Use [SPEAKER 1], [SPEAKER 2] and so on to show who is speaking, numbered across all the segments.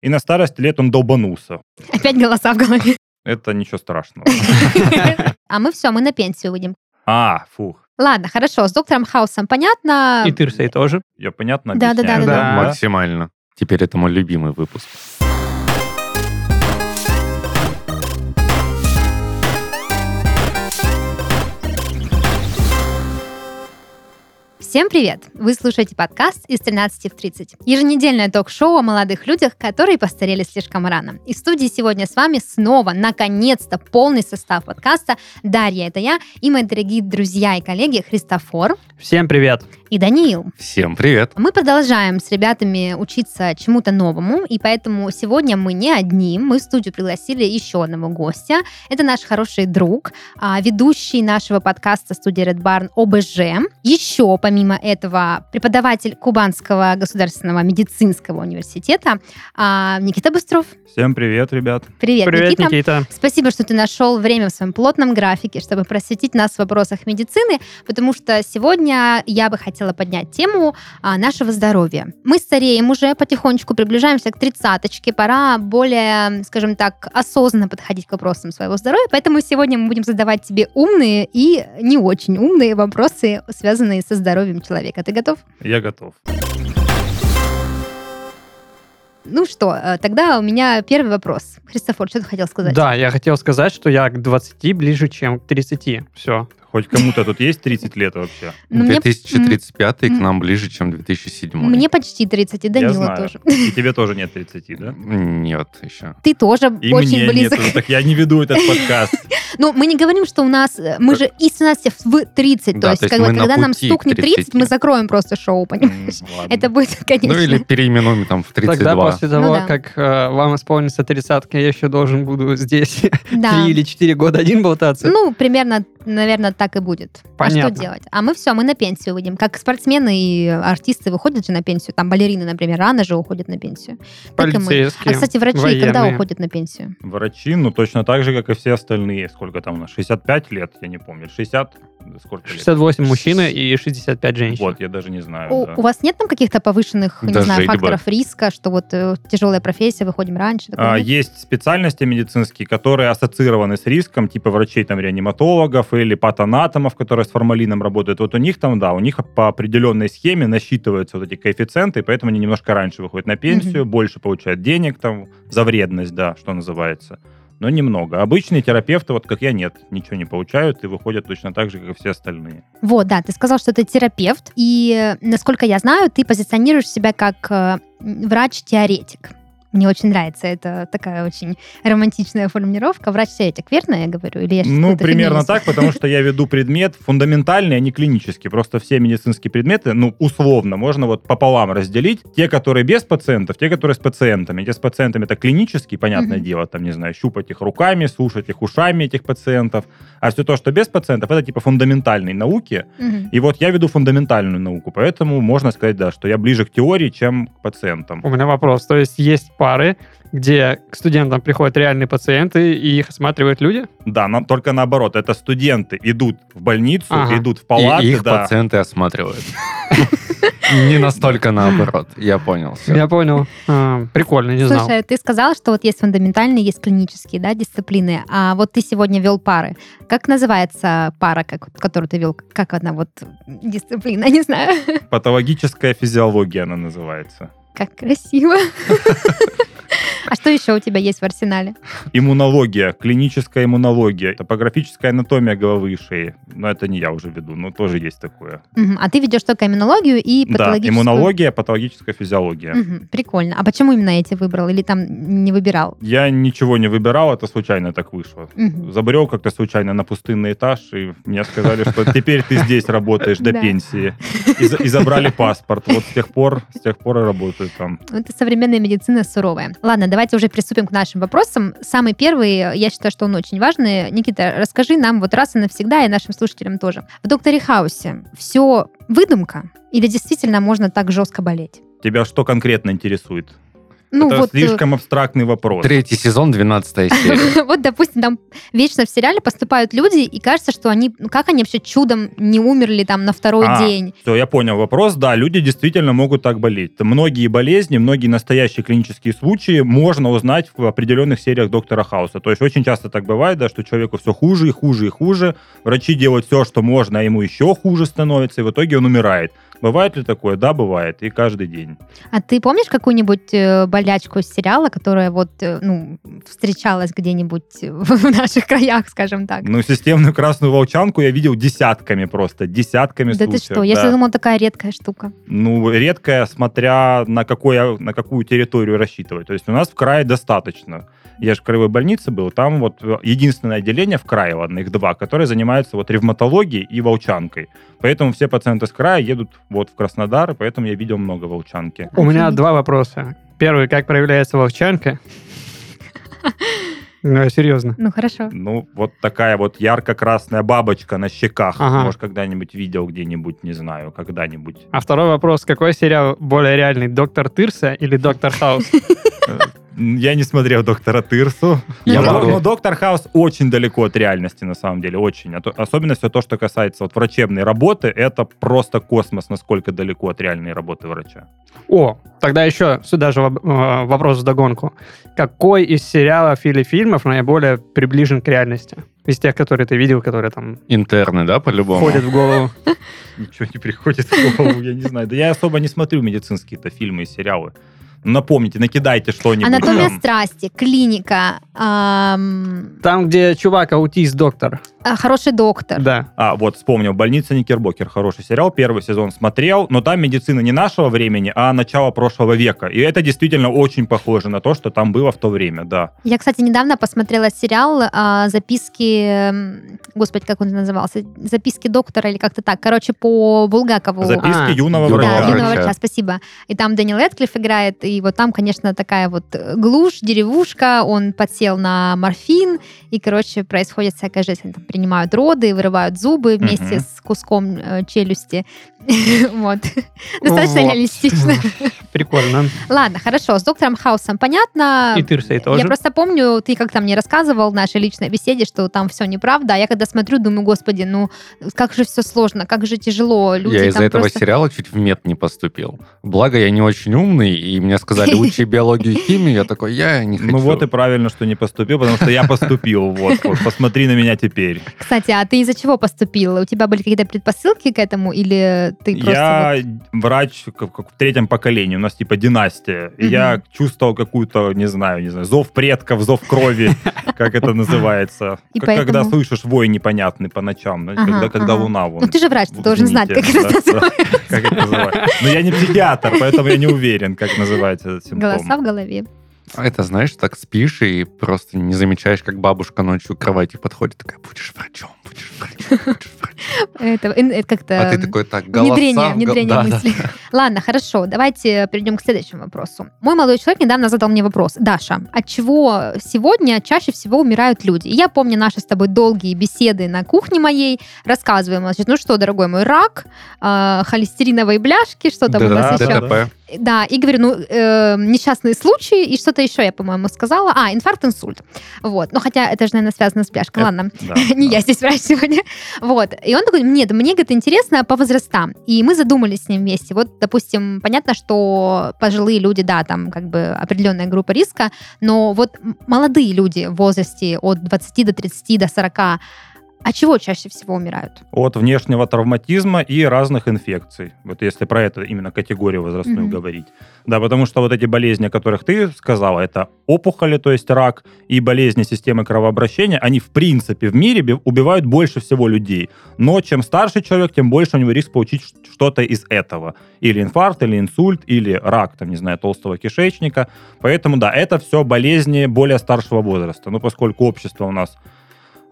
[SPEAKER 1] и на старость лет он долбанулся.
[SPEAKER 2] Опять голоса в голове.
[SPEAKER 1] Это ничего страшного.
[SPEAKER 2] А мы все, мы на пенсию выйдем.
[SPEAKER 1] А, фух.
[SPEAKER 2] Ладно, хорошо, с доктором Хаусом понятно.
[SPEAKER 3] И Тырсой тоже.
[SPEAKER 1] Я понятно
[SPEAKER 2] Да, да,
[SPEAKER 1] объясняю,
[SPEAKER 2] да,
[SPEAKER 4] Да, максимально. Теперь это мой любимый выпуск.
[SPEAKER 2] Всем привет! Вы слушаете подкаст из 13 в 30. Еженедельное ток-шоу о молодых людях, которые постарели слишком рано. И в студии сегодня с вами снова, наконец-то, полный состав подкаста. Дарья, это я, и мои дорогие друзья и коллеги Христофор
[SPEAKER 3] Всем привет.
[SPEAKER 2] и Даниил.
[SPEAKER 4] Всем привет.
[SPEAKER 2] Мы продолжаем с ребятами учиться чему-то новому, и поэтому сегодня мы не одни. Мы в студию пригласили еще одного гостя. Это наш хороший друг, а, ведущий нашего подкаста студии Red Barn ОБЖ. Еще, помимо этого, преподаватель Кубанского государственного медицинского университета а, Никита Быстров.
[SPEAKER 1] Всем привет, ребят.
[SPEAKER 2] Привет,
[SPEAKER 3] Привет,
[SPEAKER 2] Никита.
[SPEAKER 3] Никита.
[SPEAKER 2] Спасибо, что ты нашел время в своем плотном графике, чтобы просветить нас в вопросах медицины, потому что сегодня я бы хотела поднять тему а, нашего здоровья. Мы стареем уже, потихонечку приближаемся к тридцаточке, пора более, скажем так, осознанно подходить к вопросам своего здоровья, поэтому сегодня мы будем задавать тебе умные и не очень умные вопросы, связанные со здоровьем человека. Ты готов?
[SPEAKER 1] Я готов.
[SPEAKER 2] Ну что, э, тогда у меня первый вопрос. Христофор, что ты хотел сказать?
[SPEAKER 3] Да, я хотел сказать, что я к 20 ближе, чем к 30. Все.
[SPEAKER 1] Хоть кому-то тут есть 30 лет вообще?
[SPEAKER 2] Ну, мне-
[SPEAKER 4] 2035 к
[SPEAKER 2] м,
[SPEAKER 4] нам ближе, чем 2007.
[SPEAKER 2] Мне почти 30, и
[SPEAKER 1] Я
[SPEAKER 2] Данила
[SPEAKER 1] знаю.
[SPEAKER 2] тоже.
[SPEAKER 1] И тебе тоже нет 30, да?
[SPEAKER 4] Нет, еще.
[SPEAKER 2] Ты тоже
[SPEAKER 1] И
[SPEAKER 2] очень
[SPEAKER 1] мне
[SPEAKER 2] близок.
[SPEAKER 1] нет. Так я не веду этот подкаст.
[SPEAKER 2] Ну, мы не говорим, что у нас... э, Мы же из 17 в 30. то
[SPEAKER 4] Да,
[SPEAKER 2] есть,
[SPEAKER 4] то есть
[SPEAKER 2] как бы,
[SPEAKER 4] мы на
[SPEAKER 2] когда нам
[SPEAKER 4] пути к
[SPEAKER 2] стукнет 30,
[SPEAKER 4] 30.
[SPEAKER 2] мы закроем просто шоу,
[SPEAKER 1] М,
[SPEAKER 2] понимаешь?
[SPEAKER 1] ладно.
[SPEAKER 2] Это будет, конечно...
[SPEAKER 4] Ну или переименуем там в 32.
[SPEAKER 3] Тогда после того,
[SPEAKER 2] Ну да.
[SPEAKER 3] как э, вам исполнится 30 я еще должен буду здесь
[SPEAKER 2] да.
[SPEAKER 3] 3 или 4 года один болтаться.
[SPEAKER 2] Ну, примерно, наверное, так и будет. А
[SPEAKER 3] Понятно.
[SPEAKER 2] что делать? А мы все, мы на пенсию выйдем. Как спортсмены и артисты выходят же на пенсию. Там балерины, например, рано же уходят на пенсию. так и мы. А,
[SPEAKER 3] Полицейские,
[SPEAKER 2] кстати, врачи когда
[SPEAKER 3] военные.
[SPEAKER 2] уходят на пенсию?
[SPEAKER 1] Врачи, ну точно так же, как и все остальные. Сколько там у нас? 65 лет, я не помню. 60? Сколько лет?
[SPEAKER 3] 68 мужчины и 65 женщин.
[SPEAKER 1] Вот, я даже не знаю.
[SPEAKER 2] У,
[SPEAKER 1] да.
[SPEAKER 2] у вас нет там каких-то повышенных, не
[SPEAKER 4] Да
[SPEAKER 2] знаю,
[SPEAKER 4] жить бы.
[SPEAKER 2] факторов риска, что вот э, тяжелая профессия, выходим раньше? такого
[SPEAKER 1] А,
[SPEAKER 2] нет?
[SPEAKER 1] Есть специальности медицинские, которые ассоциированы с риском, типа врачей, там, реаниматологов или патанатомов, которые с формалином работают. Вот у них там, да, у них по определенной схеме насчитываются вот эти коэффициенты, и поэтому они немножко раньше выходят на пенсию, больше получают денег там за вредность, да, что называется. Но немного. Обычные терапевты, вот как я, нет, ничего не получают и выходят точно так же, как и все остальные.
[SPEAKER 2] Вот, да, ты сказал, что ты терапевт, и, э, насколько я знаю, ты позиционируешь себя как э, м, врач-теоретик. Мне очень нравится, это такая очень романтичная формулировка. Врач-теоретик, верно я говорю? Или я щас
[SPEAKER 1] Ну,
[SPEAKER 2] какую-то
[SPEAKER 1] примерно
[SPEAKER 2] фигню несу?
[SPEAKER 1] так, потому что я веду предмет фундаментальный, а не клинический. Просто все медицинские предметы, ну, условно, можно вот пополам разделить. Те, которые без пациентов, те, которые с пациентами. Те с пациентами это клинический, понятное
[SPEAKER 2] Мгм.
[SPEAKER 1] дело, там, не знаю, щупать их руками, слушать их ушами, этих пациентов. А все то, что без пациентов, это типа фундаментальные науки.
[SPEAKER 2] Мгм.
[SPEAKER 1] И вот я веду фундаментальную науку, поэтому можно сказать, да, что я ближе к теории, чем к пациентам.
[SPEAKER 3] У меня вопрос. То есть есть пары, где к студентам приходят реальные пациенты, и их осматривают люди?
[SPEAKER 1] Да, нам только наоборот. Это студенты идут в больницу,
[SPEAKER 3] Ага.
[SPEAKER 1] идут в
[SPEAKER 4] И
[SPEAKER 1] палаты,
[SPEAKER 4] их
[SPEAKER 1] да.
[SPEAKER 4] пациенты осматривают. Не настолько наоборот, я понял. всё.
[SPEAKER 3] Я понял. А, Прикольно, не знал.
[SPEAKER 2] Слушай, ты сказал, что вот есть фундаментальные, есть клинические, да, дисциплины, а вот ты сегодня вел пары. Как называется пара, как, которую ты вел? Как одна вот дисциплина, не знаю.
[SPEAKER 1] Патологическая физиология она называется.
[SPEAKER 2] Как красиво. А что еще у тебя есть в арсенале?
[SPEAKER 1] Иммунология, клиническая иммунология, топографическая анатомия головы и шеи. Но это не я уже веду, но тоже есть такое.
[SPEAKER 2] Мгм. А ты ведешь только иммунологию и
[SPEAKER 1] Да,
[SPEAKER 2] патологическую?
[SPEAKER 1] иммунология, патологическая физиология.
[SPEAKER 2] Мгм, Прикольно. А почему именно эти выбрал? Или там не выбирал?
[SPEAKER 1] Я ничего не выбирал, это случайно так вышло.
[SPEAKER 2] Мгм.
[SPEAKER 1] Забрел как-то случайно на пустынный этаж, и мне сказали, что теперь ты здесь работаешь до
[SPEAKER 2] Да.
[SPEAKER 1] пенсии. И за- И забрали паспорт. Вот с тех пор, с тех пор и работаю там.
[SPEAKER 2] Ну, Это современная медицина суровая. Ладно, давайте уже приступим к нашим вопросам. Самый первый, я считаю, что он очень важный. Никита, расскажи нам вот раз и навсегда, и нашим слушателям тоже. В «Докторе Хаусе» все выдумка? Или действительно можно так жестко болеть?
[SPEAKER 1] Тебя что конкретно интересует?
[SPEAKER 2] ну
[SPEAKER 1] Это
[SPEAKER 2] вот, э,
[SPEAKER 1] слишком абстрактный вопрос.
[SPEAKER 4] Третий сезон, 12 серия.
[SPEAKER 2] вот, допустим, там вечно в сериале поступают люди, и кажется, что они, ну, как они вообще чудом не умерли там на второй
[SPEAKER 1] А,
[SPEAKER 2] день.
[SPEAKER 1] Все, я понял вопрос. Да, люди действительно могут так болеть. Многие болезни, многие настоящие клинические случаи можно узнать в определенных сериях Доктора Хауса. То есть очень часто так бывает, да, что человеку все хуже и хуже и хуже. Врачи делают все, что можно, а ему еще хуже становится, и в итоге он умирает. Бывает ли такое? Да, бывает. И каждый день.
[SPEAKER 2] А ты помнишь какую-нибудь э, болячку из сериала, которая вот, э, ну, встречалась где-нибудь э, в наших краях, скажем так?
[SPEAKER 1] Ну, системную красную волчанку я видел десятками просто, десятками
[SPEAKER 2] Да ты
[SPEAKER 1] случаев.
[SPEAKER 2] что? Я
[SPEAKER 1] да.
[SPEAKER 2] всегда думала, такая редкая штука.
[SPEAKER 1] Ну, редкая, смотря на, какое, на какую территорию рассчитывать. То есть у нас в крае достаточно. Я же в краевой больнице был, там вот единственное отделение в крае, ладно, их два, которые занимаются вот ревматологией и волчанкой. Поэтому все пациенты с края едут вот в Краснодар, поэтому я видел много волчанки.
[SPEAKER 3] У меня
[SPEAKER 2] Офигеть.
[SPEAKER 3] два вопроса. Первый, как проявляется волчанка? Ну, я серьезно.
[SPEAKER 2] Ну, хорошо.
[SPEAKER 1] Ну, вот такая вот ярко-красная бабочка на щеках.
[SPEAKER 3] Ага.
[SPEAKER 1] Может, когда-нибудь видел где-нибудь, не знаю, когда-нибудь.
[SPEAKER 3] А второй вопрос, какой сериал более реальный, Доктор Тырса или Доктор Хаус?
[SPEAKER 1] Я не смотрел доктора Тырсу.
[SPEAKER 4] Я
[SPEAKER 1] Но док-
[SPEAKER 4] могу.
[SPEAKER 1] но доктор Хаус очень далеко от реальности, на самом деле, очень. А то- Особенно все то, что касается вот врачебной работы, это просто космос, насколько далеко от реальной работы врача.
[SPEAKER 3] О, тогда еще сюда же воб- э, вопрос вдогонку. Какой из сериалов или фильмов наиболее приближен к реальности? Из тех, которые ты видел, которые там
[SPEAKER 4] Интерны, да, по-любому?
[SPEAKER 3] входят в голову.
[SPEAKER 1] Ничего не приходит в голову, я не знаю. Да я особо не смотрю медицинские-то фильмы и сериалы. Ну, Напомните, накидайте
[SPEAKER 4] А
[SPEAKER 1] что-нибудь.
[SPEAKER 2] Анатомия
[SPEAKER 1] там.
[SPEAKER 2] страсти, клиника, ам,
[SPEAKER 3] Там, где чувак аутист доктор.
[SPEAKER 2] а, хороший доктор.
[SPEAKER 3] Да.
[SPEAKER 1] А, вот вспомнил, «Больница Никербокер» хороший сериал, первый сезон смотрел, но там медицина не нашего времени, а начала прошлого века. И это действительно очень похоже на то, что там было в то время, да.
[SPEAKER 2] Я, кстати, недавно посмотрела сериал а, «Записки», м, господи, как он назывался, «Записки доктора» или как-то так. Короче, по Булгакову.
[SPEAKER 1] Записки
[SPEAKER 3] А,
[SPEAKER 1] юного
[SPEAKER 4] юного
[SPEAKER 1] врача.
[SPEAKER 2] Да, юного
[SPEAKER 4] врача.
[SPEAKER 2] врача, спасибо. И там Дэниел Эдклифф играет, и вот там, конечно, такая вот э, глушь, деревушка, он подсел на морфин, и, короче, происходит всякая жизнь. Они там принимают роды, вырывают зубы вместе
[SPEAKER 1] Мгм.
[SPEAKER 2] с куском э, челюсти. Вот. Достаточно
[SPEAKER 3] Вот.
[SPEAKER 2] реалистично.
[SPEAKER 3] Прикольно.
[SPEAKER 2] Ладно, хорошо, с доктором Хаусом понятно.
[SPEAKER 3] И Тырсой
[SPEAKER 2] А, Я
[SPEAKER 3] тоже.
[SPEAKER 2] просто помню, ты как-то мне рассказывал в нашей личной беседе, что там все неправда, а я когда смотрю, думаю, господи, ну как же все сложно, как же тяжело. Люди
[SPEAKER 4] я
[SPEAKER 2] там
[SPEAKER 4] из-за этого
[SPEAKER 2] просто...
[SPEAKER 4] сериала чуть в мед не поступил. Благо, я не очень умный, и мне сказали, учи биологию и химию. Я такой, я не хочу.
[SPEAKER 1] Ну вот и правильно, что не поступил, потому что я поступил. Вот, вот, посмотри на меня теперь.
[SPEAKER 2] Кстати, а ты из-за чего поступил? У тебя были какие-то предпосылки к этому, или ты просто...
[SPEAKER 1] Я врач как- как в третьем поколении, у нас типа династия. И
[SPEAKER 2] Мгм.
[SPEAKER 1] я чувствовал какую-то, не знаю, не знаю, зов предков, зов крови, как это называется.
[SPEAKER 2] И
[SPEAKER 1] Как- Когда
[SPEAKER 2] поэтому-
[SPEAKER 1] слышишь вой непонятный по ночам, ну,
[SPEAKER 2] Ага,
[SPEAKER 1] когда когда
[SPEAKER 2] ага.
[SPEAKER 1] луна вон.
[SPEAKER 2] Ну ты же врач, ты
[SPEAKER 1] в
[SPEAKER 2] должен знать,
[SPEAKER 1] зените,
[SPEAKER 2] как это
[SPEAKER 1] да,
[SPEAKER 2] называется.
[SPEAKER 1] да, как это называется. Но я не психиатр, поэтому я не уверен, как называется этот симптом.
[SPEAKER 2] Голоса в голове.
[SPEAKER 4] А Это, знаешь, так спишь и просто не замечаешь, как бабушка ночью к кровати подходит. Такая, будешь врачом, будешь врачом, будешь врачом.
[SPEAKER 2] Это, э, это как-то...
[SPEAKER 4] А ты такой, так, голоса...
[SPEAKER 2] внедрение,
[SPEAKER 4] в гол-
[SPEAKER 2] внедрение
[SPEAKER 4] Да, да.
[SPEAKER 2] мысли. Ладно, хорошо, давайте перейдем к следующему вопросу. Мой молодой человек недавно задал мне вопрос. Даша, от чего сегодня чаще всего умирают люди? И Я помню наши с тобой долгие беседы на кухне моей. Рассказываем, значит, ну что, дорогой мой, рак, э, холестериновые бляшки, что там у
[SPEAKER 4] Да,
[SPEAKER 2] нас еще?
[SPEAKER 4] ДТП.
[SPEAKER 2] Да, и говорю, ну, э, несчастные случаи и что-то еще я, по-моему, сказала. А, инфаркт, инсульт. Вот. Ну, хотя это же, наверное, связано с пляшкой.
[SPEAKER 1] Это-
[SPEAKER 2] Ладно.
[SPEAKER 1] Да.
[SPEAKER 2] Не я здесь врач сегодня. Вот. И он такой, нет, мне, говорит, интересно по возрастам. И мы задумались с ним вместе. Вот, допустим, понятно, что пожилые люди, да, там как бы определенная группа риска, но вот м- молодые люди в возрасте от 20 до 30 до 40, от чего чаще всего умирают?
[SPEAKER 1] от внешнего травматизма и разных инфекций. Вот если про это именно категорию возрастную
[SPEAKER 2] Мгм.
[SPEAKER 1] говорить. Да, потому что вот эти болезни, о которых ты сказала, это опухоли, то есть рак, и болезни системы кровообращения, они в принципе в мире би- убивают больше всего людей. Но чем старше человек, тем больше у него риск получить ш- что-то из этого. Или инфаркт, или инсульт, или рак, там, не знаю, толстого кишечника. Поэтому, да, это все болезни более старшего возраста. Ну, поскольку общество у нас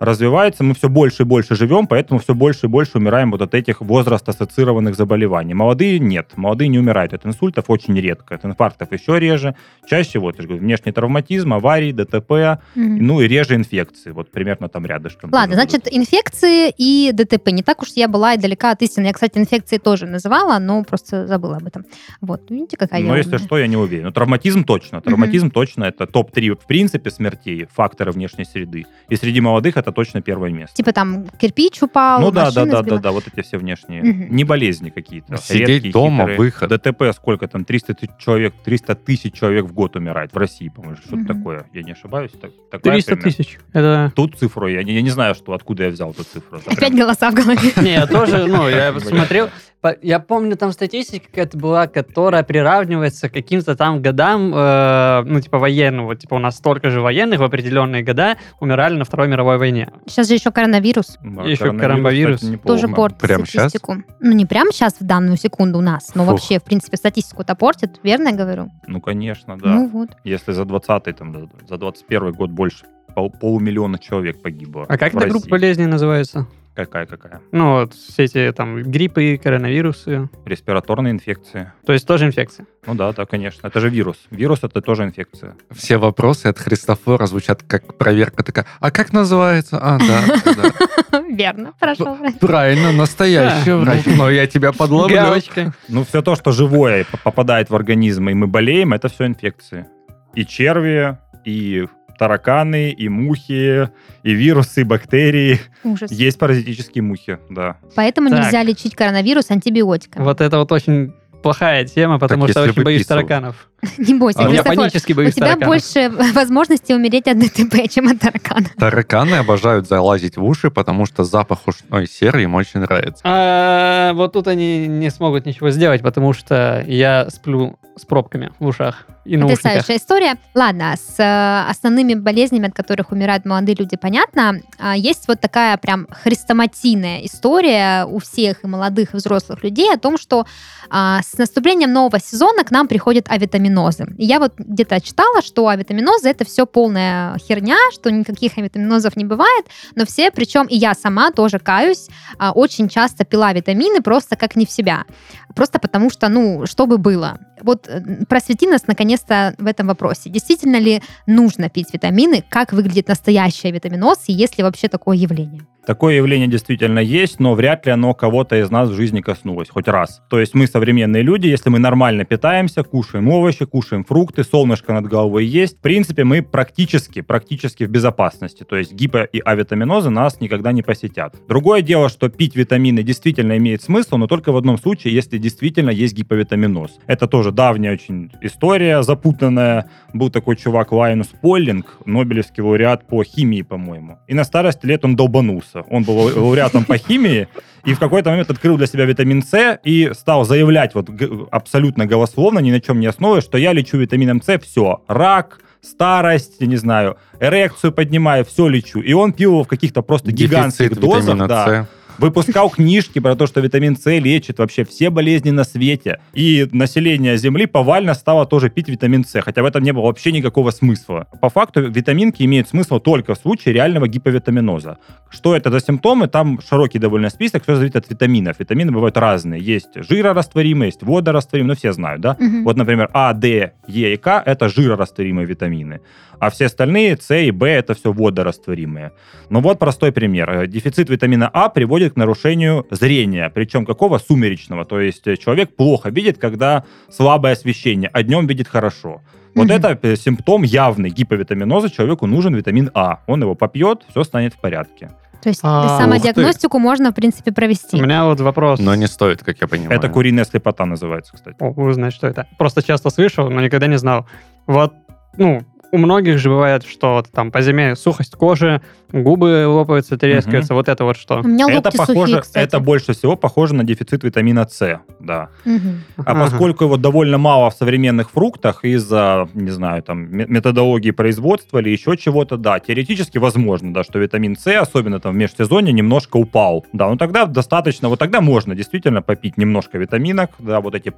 [SPEAKER 1] развивается, мы все больше и больше живем, поэтому все больше и больше умираем вот от этих возраст ассоциированных заболеваний. Молодые нет, молодые не умирают от инсультов очень редко, от инфарктов еще реже, чаще вот, я же говорю, внешний травматизм, аварии, ДТП,
[SPEAKER 2] Мгм.
[SPEAKER 1] ну и реже инфекции, вот примерно там рядышком.
[SPEAKER 2] Ладно,
[SPEAKER 1] тоже
[SPEAKER 2] значит, инфекции и ДТП. Не так уж я была и далека от истины. Я, кстати, инфекции тоже называла, но просто забыла об этом. Вот, видите, какая я
[SPEAKER 1] Но Ну, если
[SPEAKER 2] умная.
[SPEAKER 1] что, я не уверен. Но травматизм точно. Травматизм точно это топ-3 в принципе смертей, факторы внешней среды. И среди молодых это точно первое место.
[SPEAKER 2] Типа там кирпич упал,
[SPEAKER 1] ну да, да,
[SPEAKER 2] машина
[SPEAKER 1] да, да,
[SPEAKER 2] сбила.
[SPEAKER 1] да, вот эти все внешние.
[SPEAKER 2] Мгм.
[SPEAKER 1] Не болезни какие-то. а
[SPEAKER 4] Сидеть
[SPEAKER 1] редкие,
[SPEAKER 4] дома,
[SPEAKER 1] хитрые.
[SPEAKER 4] выход.
[SPEAKER 1] ДТП сколько там? 300 тысяч человек, 300 тысяч человек в год умирает в России, по-моему, что-то
[SPEAKER 2] Мгм.
[SPEAKER 1] такое. Я не ошибаюсь? Так- такая
[SPEAKER 3] 300
[SPEAKER 1] примерно.
[SPEAKER 3] тысяч. Это...
[SPEAKER 1] Тут цифру, я не, я не знаю, что, откуда я взял эту цифру. Это
[SPEAKER 2] Опять
[SPEAKER 1] прям-
[SPEAKER 2] голоса в голове.
[SPEAKER 3] Не, я тоже, ну, я
[SPEAKER 1] Блин.
[SPEAKER 3] смотрел, По- Я помню, там статистика какая-то была, которая приравнивается к каким-то там годам, э, ну, типа, военного. Типа, у нас столько же военных в определенные года умирали на Второй мировой войне.
[SPEAKER 2] Сейчас же еще коронавирус.
[SPEAKER 1] Да,
[SPEAKER 3] Еще
[SPEAKER 1] кстати,
[SPEAKER 3] коронавирус.
[SPEAKER 1] неплохо.
[SPEAKER 2] Тоже портит
[SPEAKER 4] Прямо щас?
[SPEAKER 2] статистику. Ну, не прям сейчас, в данную секунду у нас, но
[SPEAKER 4] Фух.
[SPEAKER 2] вообще, в принципе, статистику-то портит, верно я говорю?
[SPEAKER 1] Ну, конечно, да.
[SPEAKER 2] Ну вот.
[SPEAKER 1] Если за 20 там, да, за 21 год больше пол- полумиллиона человек погибло.
[SPEAKER 3] А как
[SPEAKER 1] в
[SPEAKER 3] эта
[SPEAKER 1] России.
[SPEAKER 3] группа болезней называется?
[SPEAKER 1] Какая, какая?
[SPEAKER 3] Ну, вот все эти там гриппы, коронавирусы.
[SPEAKER 1] Респираторные инфекции.
[SPEAKER 3] То есть тоже инфекция.
[SPEAKER 1] Ну да, да, конечно. Это же вирус. Вирус это тоже инфекция.
[SPEAKER 4] Все вопросы от Христофора звучат как проверка такая. А как называется? А, да, да.
[SPEAKER 2] Верно, хорошо. врач.
[SPEAKER 4] Правильно, настоящий
[SPEAKER 3] Да.
[SPEAKER 4] врач. Но я тебя подловлю.
[SPEAKER 3] Галочка.
[SPEAKER 1] Ну, все то, что живое п- попадает в организм, и мы болеем, это все инфекции. И черви, и тараканы, и мухи, и вирусы, и бактерии.
[SPEAKER 2] Ужас.
[SPEAKER 1] Есть паразитические мухи, да.
[SPEAKER 2] Поэтому
[SPEAKER 3] Так.
[SPEAKER 2] нельзя лечить коронавирус антибиотиками.
[SPEAKER 3] Вот это вот очень плохая тема, потому
[SPEAKER 4] Так
[SPEAKER 3] что
[SPEAKER 4] если
[SPEAKER 3] очень
[SPEAKER 4] бы
[SPEAKER 3] боюсь
[SPEAKER 4] писал.
[SPEAKER 3] тараканов.
[SPEAKER 2] Не бойся,
[SPEAKER 4] А у
[SPEAKER 3] Я
[SPEAKER 2] Христофор,
[SPEAKER 3] панически
[SPEAKER 2] У
[SPEAKER 3] боюсь
[SPEAKER 2] тебя
[SPEAKER 3] тараканов.
[SPEAKER 2] больше возможностей умереть от ДТП, чем от таракана.
[SPEAKER 4] Тараканы обожают залазить в уши, потому что запах ушной серы им очень нравится.
[SPEAKER 3] А, вот тут они не смогут ничего сделать, потому что я сплю с пробками в ушах и наушниках.
[SPEAKER 2] Потрясающая история. Ладно, с э, основными болезнями, от которых умирают молодые люди, понятно. А Есть вот такая прям хрестоматийная история у всех и молодых, и взрослых людей о том, что а, с наступлением нового сезона к нам приходят авитаминозы. И я вот где-то читала, что авитаминозы это все полная херня, что никаких авитаминозов не бывает, но все, причем и я сама тоже каюсь, а, очень часто пила витамины просто как не в себя. Просто потому что, ну, что бы было. Вот э, просвети нас наконец-то в этом вопросе. Действительно ли нужно пить витамины? Как выглядит настоящий витаминоз? И есть ли вообще такое явление?
[SPEAKER 1] Такое явление действительно есть, но вряд ли оно кого-то из нас в жизни коснулось, хоть раз. То есть мы современные люди, если мы нормально питаемся, кушаем овощи, кушаем фрукты, солнышко над головой есть, в принципе, мы практически, практически в безопасности. То есть гипо- и авитаминозы нас никогда не посетят. Другое дело, что пить витамины действительно имеет смысл, но только в одном случае, если действительно есть гиповитаминоз. Это тоже давняя очень история, запутанная, был такой чувак Лайнус Поллинг, нобелевский лауреат по химии, по-моему. И на старости лет он долбанулся. Он был лау- лауреатом по химии, и в какой-то момент открыл для себя витамин С и стал заявлять вот г- абсолютно голословно, ни на чем не основываясь, что я лечу витамином С, все, рак, старость, я не знаю, эрекцию поднимаю, все лечу. И он пил его в каких-то просто гигантских
[SPEAKER 4] Дефицит
[SPEAKER 1] дозах,
[SPEAKER 4] витамина
[SPEAKER 1] да,
[SPEAKER 4] С.
[SPEAKER 1] выпускал книжки про то, что витамин С лечит вообще все болезни на свете. И население Земли повально стало тоже пить витамин С, хотя в этом не было вообще никакого смысла. По факту витаминки имеют смысл только в случае реального гиповитаминоза. Что это за симптомы? Там широкий довольно список, все зависит от витаминов. Витамины бывают разные. Есть жирорастворимые, есть водорастворимые, ну все знают, да?
[SPEAKER 2] Мгм.
[SPEAKER 1] Вот, например, А, Д, Е и К – это жирорастворимые витамины, а все остальные С и В – это все водорастворимые. Ну вот простой пример. Э, Дефицит витамина А приводит к нарушению зрения, причем какого? Сумеречного. То есть э, человек плохо видит, когда слабое освещение, а днем видит хорошо. Вот
[SPEAKER 2] Мгм.
[SPEAKER 1] это э, симптом явный гиповитаминоза. Человеку нужен витамин А. Он его попьет, все станет в порядке.
[SPEAKER 2] То есть
[SPEAKER 3] А,
[SPEAKER 2] самодиагностику можно, в принципе,
[SPEAKER 3] У
[SPEAKER 2] провести.
[SPEAKER 3] меня вот вопрос.
[SPEAKER 4] Но не стоит, как я понимаю.
[SPEAKER 1] Это куриная слепота называется, кстати.
[SPEAKER 3] О, вы знаете, что это. Просто часто слышал, но никогда не знал. Вот, ну, у многих же бывает, что вот там по зиме сухость кожи, губы лопаются, трескаются, вот это вот что.
[SPEAKER 2] У меня локти
[SPEAKER 1] Это, похоже,
[SPEAKER 2] сухие, кстати.
[SPEAKER 1] это больше всего похоже на дефицит витамина С, да.
[SPEAKER 2] Мгм.
[SPEAKER 1] А
[SPEAKER 3] Ага.
[SPEAKER 1] поскольку его довольно мало в современных фруктах из-за, не знаю, там, ме- методологии производства или еще чего-то, да, теоретически возможно, да, что витамин С, особенно там в межсезонье, немножко упал. Да, ну тогда достаточно, вот тогда можно действительно попить немножко витаминок, да, вот эти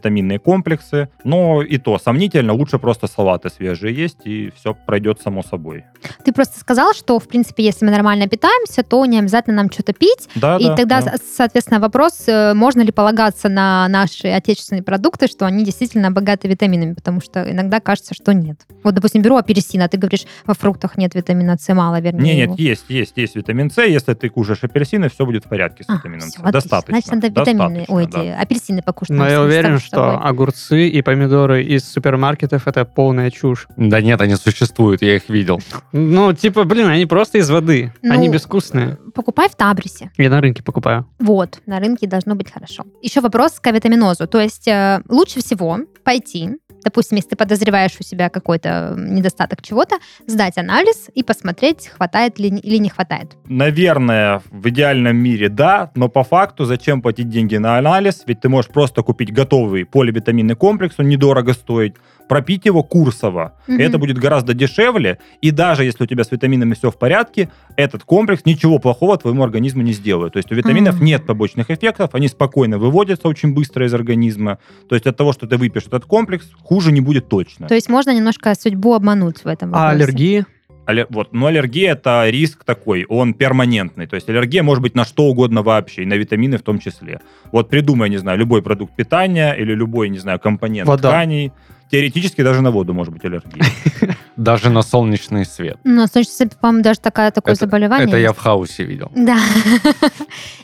[SPEAKER 1] поливитаминные комплексы, но и то, сомнительно, лучше просто салаты свежие есть, и все пройдет само собой.
[SPEAKER 2] Ты просто сказал, что, в принципе, если мы нормально питаемся, то не обязательно нам что-то пить.
[SPEAKER 1] Да,
[SPEAKER 2] и
[SPEAKER 1] да,
[SPEAKER 2] тогда,
[SPEAKER 1] да.
[SPEAKER 2] со- соответственно, вопрос, э, можно ли полагаться на наши отечественные продукты, что они действительно богаты витаминами, потому что иногда кажется, что нет. Вот, допустим, беру апельсин, а ты говоришь, во фруктах нет витамина С, мало, вернее.
[SPEAKER 1] Не,
[SPEAKER 2] его.
[SPEAKER 1] нет, есть, есть, есть витамин С. Если ты кушаешь апельсины, все будет в порядке с
[SPEAKER 2] А,
[SPEAKER 1] витамином
[SPEAKER 2] всё,
[SPEAKER 1] С.
[SPEAKER 2] отлично.
[SPEAKER 1] Достаточно.
[SPEAKER 2] Значит, надо витамины,
[SPEAKER 1] достаточно,
[SPEAKER 2] ой,
[SPEAKER 1] да.
[SPEAKER 2] эти апельсины покушать.
[SPEAKER 3] Но
[SPEAKER 2] нам
[SPEAKER 3] я
[SPEAKER 2] всем
[SPEAKER 3] уверен,
[SPEAKER 2] с тобой.
[SPEAKER 3] что огурцы и помидоры из супермаркетов это полная чушь.
[SPEAKER 4] Да нет, они существуют, я их видел.
[SPEAKER 3] Ну, типа, блин, они просто из воды.
[SPEAKER 2] Ну,
[SPEAKER 3] Они безвкусные.
[SPEAKER 2] Покупай в Табрисе.
[SPEAKER 3] Я на рынке покупаю.
[SPEAKER 2] Вот, на рынке должно быть хорошо. Еще вопрос к витаминозу. То есть э, лучше всего пойти, допустим, если ты подозреваешь у себя какой-то недостаток чего-то, сдать анализ и посмотреть, хватает ли или не хватает.
[SPEAKER 1] Наверное, в идеальном мире да, но по факту зачем платить деньги на анализ? Ведь ты можешь просто купить готовый поливитаминный комплекс, он недорого стоит, пропить его курсово.
[SPEAKER 2] Мгм.
[SPEAKER 1] И Это будет гораздо дешевле, и даже если у тебя с витаминами все в порядке, этот комплекс ничего плохого твоему организму не сделает. То есть у витаминов
[SPEAKER 2] Мгм.
[SPEAKER 1] нет побочных эффектов, они спокойно выводятся очень быстро из организма. То есть от того, что ты выпьешь этот комплекс, хуже не будет точно.
[SPEAKER 2] То есть можно немножко судьбу обмануть в этом
[SPEAKER 3] А
[SPEAKER 2] вопросе.
[SPEAKER 3] аллергии?
[SPEAKER 1] Аллер- Вот. Но аллергия это риск такой, он перманентный. То есть аллергия может быть на что угодно вообще, и на витамины в том числе. Вот придумай, не знаю, любой продукт питания или любой, не знаю, компонент
[SPEAKER 3] Вода.
[SPEAKER 1] тканей. Теоретически даже на воду может быть аллергия.
[SPEAKER 4] Даже на солнечный свет.
[SPEAKER 2] Ну, на солнечный свет, по-моему, даже такая, такое заболевание.
[SPEAKER 4] Это я
[SPEAKER 2] есть.
[SPEAKER 4] в хаусе видел.
[SPEAKER 2] Да,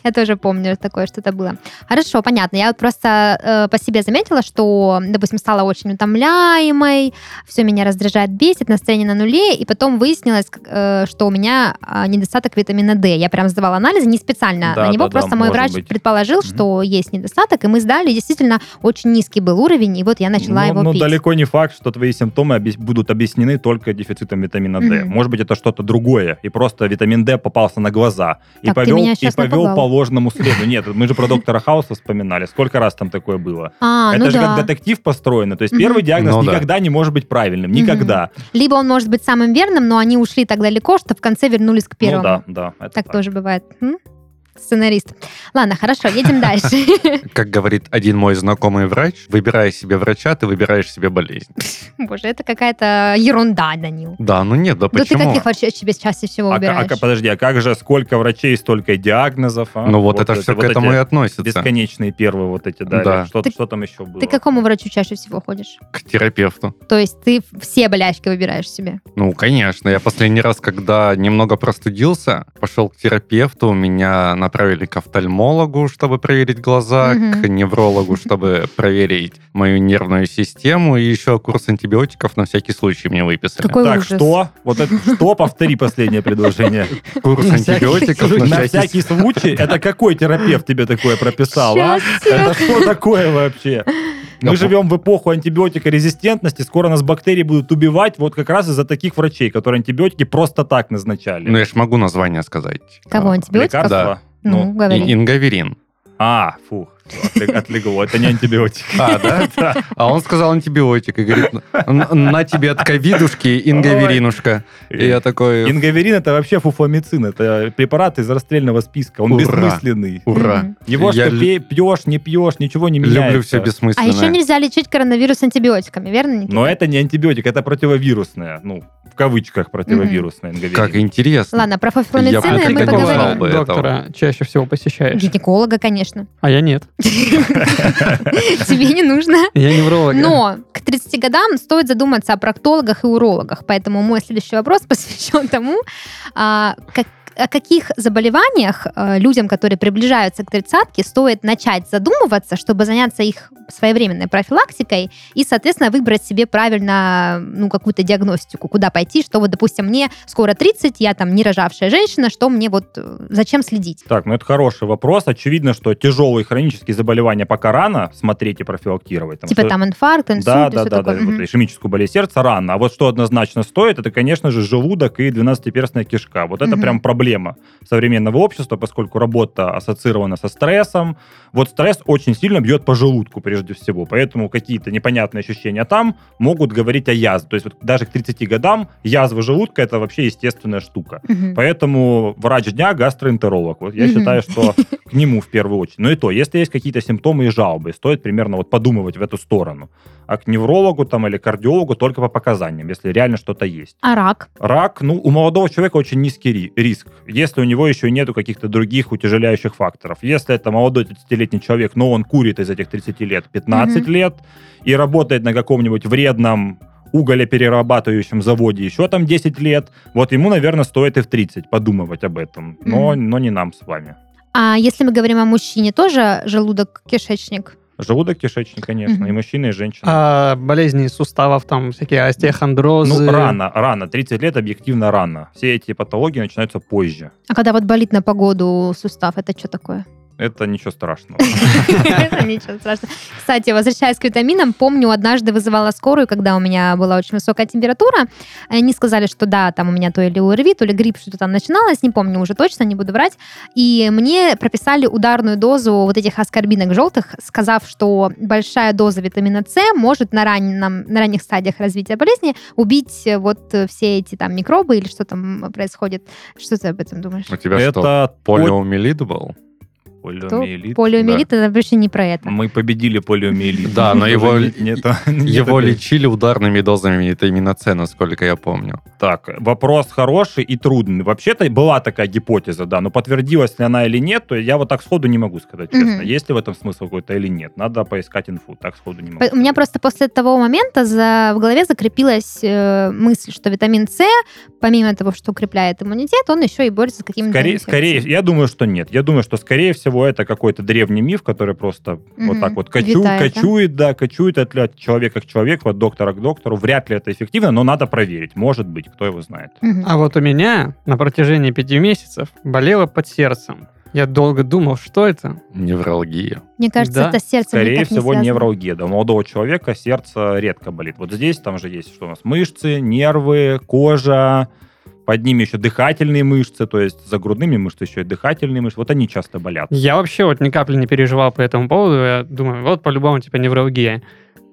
[SPEAKER 2] я тоже помню такое что-то было. Хорошо, понятно. Я вот просто э, по себе заметила, что, допустим, стала очень утомляемой, все меня раздражает, бесит, настроение на нуле, и потом выяснилось, как, э, что у меня а, недостаток витамина D. Я прям сдавала анализы не специально
[SPEAKER 1] Да,
[SPEAKER 2] на него,
[SPEAKER 1] да, да,
[SPEAKER 2] просто мой
[SPEAKER 1] может
[SPEAKER 2] врач
[SPEAKER 1] быть.
[SPEAKER 2] предположил,
[SPEAKER 1] Мгм.
[SPEAKER 2] что есть недостаток, и мы сдали, и действительно очень низкий был уровень, и вот я начала
[SPEAKER 1] ну,
[SPEAKER 2] его
[SPEAKER 1] ну,
[SPEAKER 2] пить.
[SPEAKER 1] далеко не факт, что твои симптомы объяс- будут объяснены только дефицитом витамина D.
[SPEAKER 2] Мгм.
[SPEAKER 1] Может быть, это что-то другое, и просто витамин D попался на глаза. И
[SPEAKER 2] Так, ты
[SPEAKER 1] повел,
[SPEAKER 2] меня
[SPEAKER 1] и
[SPEAKER 2] щас
[SPEAKER 1] повел
[SPEAKER 2] напугал.
[SPEAKER 1] по ложному следу. Нет, мы же про доктора Хауса вспоминали. Сколько раз там такое было?
[SPEAKER 2] А,
[SPEAKER 1] это
[SPEAKER 2] ну
[SPEAKER 1] же
[SPEAKER 2] да.
[SPEAKER 1] как детектив построено. То есть
[SPEAKER 2] Мгм.
[SPEAKER 1] первый диагноз
[SPEAKER 4] Ну да.
[SPEAKER 1] никогда не может быть правильным.
[SPEAKER 2] Мгм.
[SPEAKER 1] Никогда.
[SPEAKER 2] Либо он может быть самым верным, но они ушли так далеко, что в конце вернулись к первому.
[SPEAKER 1] Ну да, да. это
[SPEAKER 2] Так тоже бывает. М? Сценарист. Ладно, хорошо, едем дальше.
[SPEAKER 4] Как говорит один мой знакомый врач, выбирая себе врача, ты выбираешь себе болезнь.
[SPEAKER 2] Боже, это какая-то ерунда, Данил.
[SPEAKER 4] Да, ну нет, да
[SPEAKER 2] Да ты
[SPEAKER 4] почему?
[SPEAKER 2] каких вообще себе чаще всего
[SPEAKER 1] А ка- а
[SPEAKER 2] выбираешь?
[SPEAKER 1] ка- подожди, а как же сколько врачей, столько и диагнозов? а?
[SPEAKER 4] Ну вот это все
[SPEAKER 1] вот
[SPEAKER 4] к этому и
[SPEAKER 1] эти
[SPEAKER 4] относится.
[SPEAKER 1] Бесконечные первые вот эти, да.
[SPEAKER 4] Да.
[SPEAKER 1] или Что,
[SPEAKER 2] Ты-
[SPEAKER 1] что там еще было?
[SPEAKER 2] Ты к какому врачу чаще всего ходишь?
[SPEAKER 4] К терапевту.
[SPEAKER 2] То есть ты все болячки выбираешь себе?
[SPEAKER 4] Ну, конечно. Я последний раз, когда немного простудился, пошел к терапевту, меня направили к офтальмологу, чтобы проверить глаза,
[SPEAKER 2] Мгм.
[SPEAKER 4] к неврологу, чтобы проверить мою нервную систему, и еще курс антибиотиков на всякий случай мне выписали.
[SPEAKER 2] Какой
[SPEAKER 1] так,
[SPEAKER 2] ужас.
[SPEAKER 1] что? Вот это что? Повтори последнее предложение.
[SPEAKER 4] Курс
[SPEAKER 3] На всякий
[SPEAKER 4] антибиотиков
[SPEAKER 3] случай.
[SPEAKER 1] На всякий случай? Это какой терапевт тебе такое прописал, а?
[SPEAKER 2] Щас я-
[SPEAKER 1] Это что такое вообще?
[SPEAKER 4] Ну,
[SPEAKER 1] Мы живем в эпоху антибиотикорезистентности, скоро нас бактерии будут убивать вот как раз из-за таких врачей, которые антибиотики просто так
[SPEAKER 4] Ну,
[SPEAKER 1] назначали.
[SPEAKER 4] я ж могу название сказать.
[SPEAKER 2] Кого, антибиотиков?
[SPEAKER 1] Лекарства?
[SPEAKER 4] Да.
[SPEAKER 2] Ну,
[SPEAKER 1] Ну,
[SPEAKER 4] И-
[SPEAKER 2] говори.
[SPEAKER 4] Ингаверин.
[SPEAKER 1] а, фу, отлег- отлегло, это не антибиотик.
[SPEAKER 4] А, да?
[SPEAKER 1] Да.
[SPEAKER 4] А он сказал антибиотик и говорит, «Ну, «Н- на тебе от ковидушки ингаверинушка. И я такой,
[SPEAKER 1] Ингаверин это вообще фуфломицин, это препарат из расстрельного списка, он
[SPEAKER 4] Ура.
[SPEAKER 1] бессмысленный.
[SPEAKER 4] ура.
[SPEAKER 2] Мгм.
[SPEAKER 1] Его
[SPEAKER 4] Я
[SPEAKER 1] что
[SPEAKER 4] лю-
[SPEAKER 1] пе- пьешь, не пьешь, ничего не меняется.
[SPEAKER 4] Люблю все
[SPEAKER 2] А
[SPEAKER 4] бессмысленное.
[SPEAKER 2] еще нельзя лечить коронавирус антибиотиками, верно, Никита?
[SPEAKER 1] Но это не антибиотик, это противовирусная, ну, в кавычках противовирусная ингаверин.
[SPEAKER 4] Как интересно.
[SPEAKER 2] Ладно, про
[SPEAKER 4] Ну, Я бы
[SPEAKER 2] фуфломицины
[SPEAKER 4] ты
[SPEAKER 2] мы
[SPEAKER 4] такого
[SPEAKER 3] какого
[SPEAKER 4] знал
[SPEAKER 2] поговорим.
[SPEAKER 4] бы этого.
[SPEAKER 3] доктора чаще всего посещаешь?
[SPEAKER 2] Гинеколога, конечно.
[SPEAKER 3] А я нет.
[SPEAKER 2] Тебе не нужно.
[SPEAKER 3] Я невролог.
[SPEAKER 4] Ну,
[SPEAKER 2] Но к 30 годам стоит задуматься о проктологах и урологах. Поэтому мой следующий вопрос посвящен тому, а, как- о каких заболеваниях э, людям, которые приближаются к тридцатке, стоит начать задумываться, чтобы заняться их своевременной профилактикой и, соответственно, выбрать себе правильно ну, какую-то диагностику, куда пойти, что вот, допустим, мне скоро 30, я там не рожавшая женщина, что мне вот, э, зачем следить?
[SPEAKER 1] Так, ну это хороший вопрос. Очевидно, что тяжелые хронические заболевания пока рано смотреть и профилактировать. потому
[SPEAKER 2] типа
[SPEAKER 1] что-
[SPEAKER 2] там инфаркт, инсульт
[SPEAKER 1] Да,
[SPEAKER 2] и
[SPEAKER 1] да,
[SPEAKER 2] всё
[SPEAKER 1] да, да,
[SPEAKER 2] такое.
[SPEAKER 1] вот
[SPEAKER 2] Мгм.
[SPEAKER 1] ишемическую болезнь сердца рано. А вот что однозначно стоит, это, конечно же, желудок и 12-перстная кишка. Вот это
[SPEAKER 2] Мгм.
[SPEAKER 1] прям проблема современного общества, поскольку работа ассоциирована со стрессом. Вот стресс очень сильно бьет по желудку прежде всего, поэтому какие-то непонятные ощущения там могут говорить о язве. То есть вот даже к 30 годам язва желудка – это вообще естественная штука.
[SPEAKER 2] Мгм.
[SPEAKER 1] Поэтому врач дня – гастроэнтеролог. Вот я
[SPEAKER 2] Мгм.
[SPEAKER 1] считаю, что к к нему в первую очередь. Но и то, если есть какие-то симптомы и жалобы, стоит примерно вот подумывать в эту сторону. А к неврологу там или кардиологу только по показаниям, если реально что-то есть.
[SPEAKER 2] А рак?
[SPEAKER 1] Рак, ну, у молодого человека очень низкий ри- риск, если у него еще нету каких-то других утяжеляющих факторов. Если это молодой 30-летний человек, но он курит из этих 30 лет 15
[SPEAKER 2] Мгм.
[SPEAKER 1] лет и работает на каком-нибудь вредном уголеперерабатывающем заводе еще там 10 лет, вот ему, наверное, стоит и в 30 подумывать об этом. Но,
[SPEAKER 2] Мгм.
[SPEAKER 1] но не нам с вами.
[SPEAKER 2] А если мы говорим о мужчине, тоже желудок, кишечник?
[SPEAKER 1] Желудок, кишечник, конечно,
[SPEAKER 2] Мгм.
[SPEAKER 1] и мужчина, и женщина.
[SPEAKER 3] А болезни суставов, там всякие
[SPEAKER 2] А
[SPEAKER 3] остеохондрозы.
[SPEAKER 1] Ну, рано, рано. 30 лет объективно рано. Все эти патологии начинаются позже.
[SPEAKER 2] А когда вот болит на погоду сустав, это что такое?
[SPEAKER 1] Это ничего страшного.
[SPEAKER 2] Это ничего страшного. Кстати, возвращаясь к витаминам, помню, однажды вызывала скорую, когда у меня была очень высокая температура. Они сказали, что да, там у меня то или ОРВИ, то ли грипп, что-то там начиналось, не помню уже точно, не буду врать. И мне прописали ударную дозу вот этих аскорбинок желтых, сказав, что большая доза витамина С может на, раннем- на ранних стадиях развития болезни убить э, вот э, все эти там микробы или что там э, происходит. Что ты об этом думаешь?
[SPEAKER 4] У тебя что,
[SPEAKER 1] Это
[SPEAKER 4] полиомиелит был?
[SPEAKER 1] полиомиелит.
[SPEAKER 2] Полиомиелит это вообще не про это.
[SPEAKER 1] Мы победили полиомиелит.
[SPEAKER 4] Да, но его-
[SPEAKER 1] Нет, нет, нет,
[SPEAKER 4] Его
[SPEAKER 1] это-
[SPEAKER 4] лечили ударными дозами витамина С, насколько я помню.
[SPEAKER 1] Так, вопрос хороший и трудный. Вообще-то была такая гипотеза, да, но подтвердилась ли она или нет, то я вот так сходу не могу сказать честно.
[SPEAKER 2] Мгм.
[SPEAKER 1] Есть ли в этом смысл какой-то или нет? Надо поискать инфу, так сходу не могу.
[SPEAKER 2] По- У меня
[SPEAKER 1] сказать.
[SPEAKER 2] просто после того момента за, в голове закрепилась э, мысль, что витамин С, помимо того, что укрепляет иммунитет, он еще и борется с какими-то...
[SPEAKER 1] Скорее, скорее,
[SPEAKER 2] инфекциями.
[SPEAKER 1] я думаю, что нет. Я думаю, что скорее всего это какой-то древний миф, который просто вот
[SPEAKER 2] Мгм.
[SPEAKER 1] так вот качу-
[SPEAKER 2] Витает, да?
[SPEAKER 1] кочует, да, кочует от, от человека к человеку, от доктора к доктору. Вряд ли это эффективно, но надо проверить. Может быть, кто его знает.
[SPEAKER 2] Мгм.
[SPEAKER 3] А вот у меня на протяжении пяти месяцев болело под сердцем. Я долго думал, что это.
[SPEAKER 4] Неврология.
[SPEAKER 2] Мне кажется,
[SPEAKER 3] да,
[SPEAKER 2] это с сердцем
[SPEAKER 1] Скорее
[SPEAKER 2] никак не
[SPEAKER 1] всего,
[SPEAKER 2] связано.
[SPEAKER 1] невралгия. Да, У молодого человека сердце редко болит. Вот здесь там же есть что у нас? Мышцы, нервы, кожа, под ними еще дыхательные мышцы, то есть за грудными мышцы еще и дыхательные мышцы. Вот они часто болят.
[SPEAKER 3] Я вообще вот ни капли не переживал по этому поводу. Я думаю, вот по-любому типа неврология.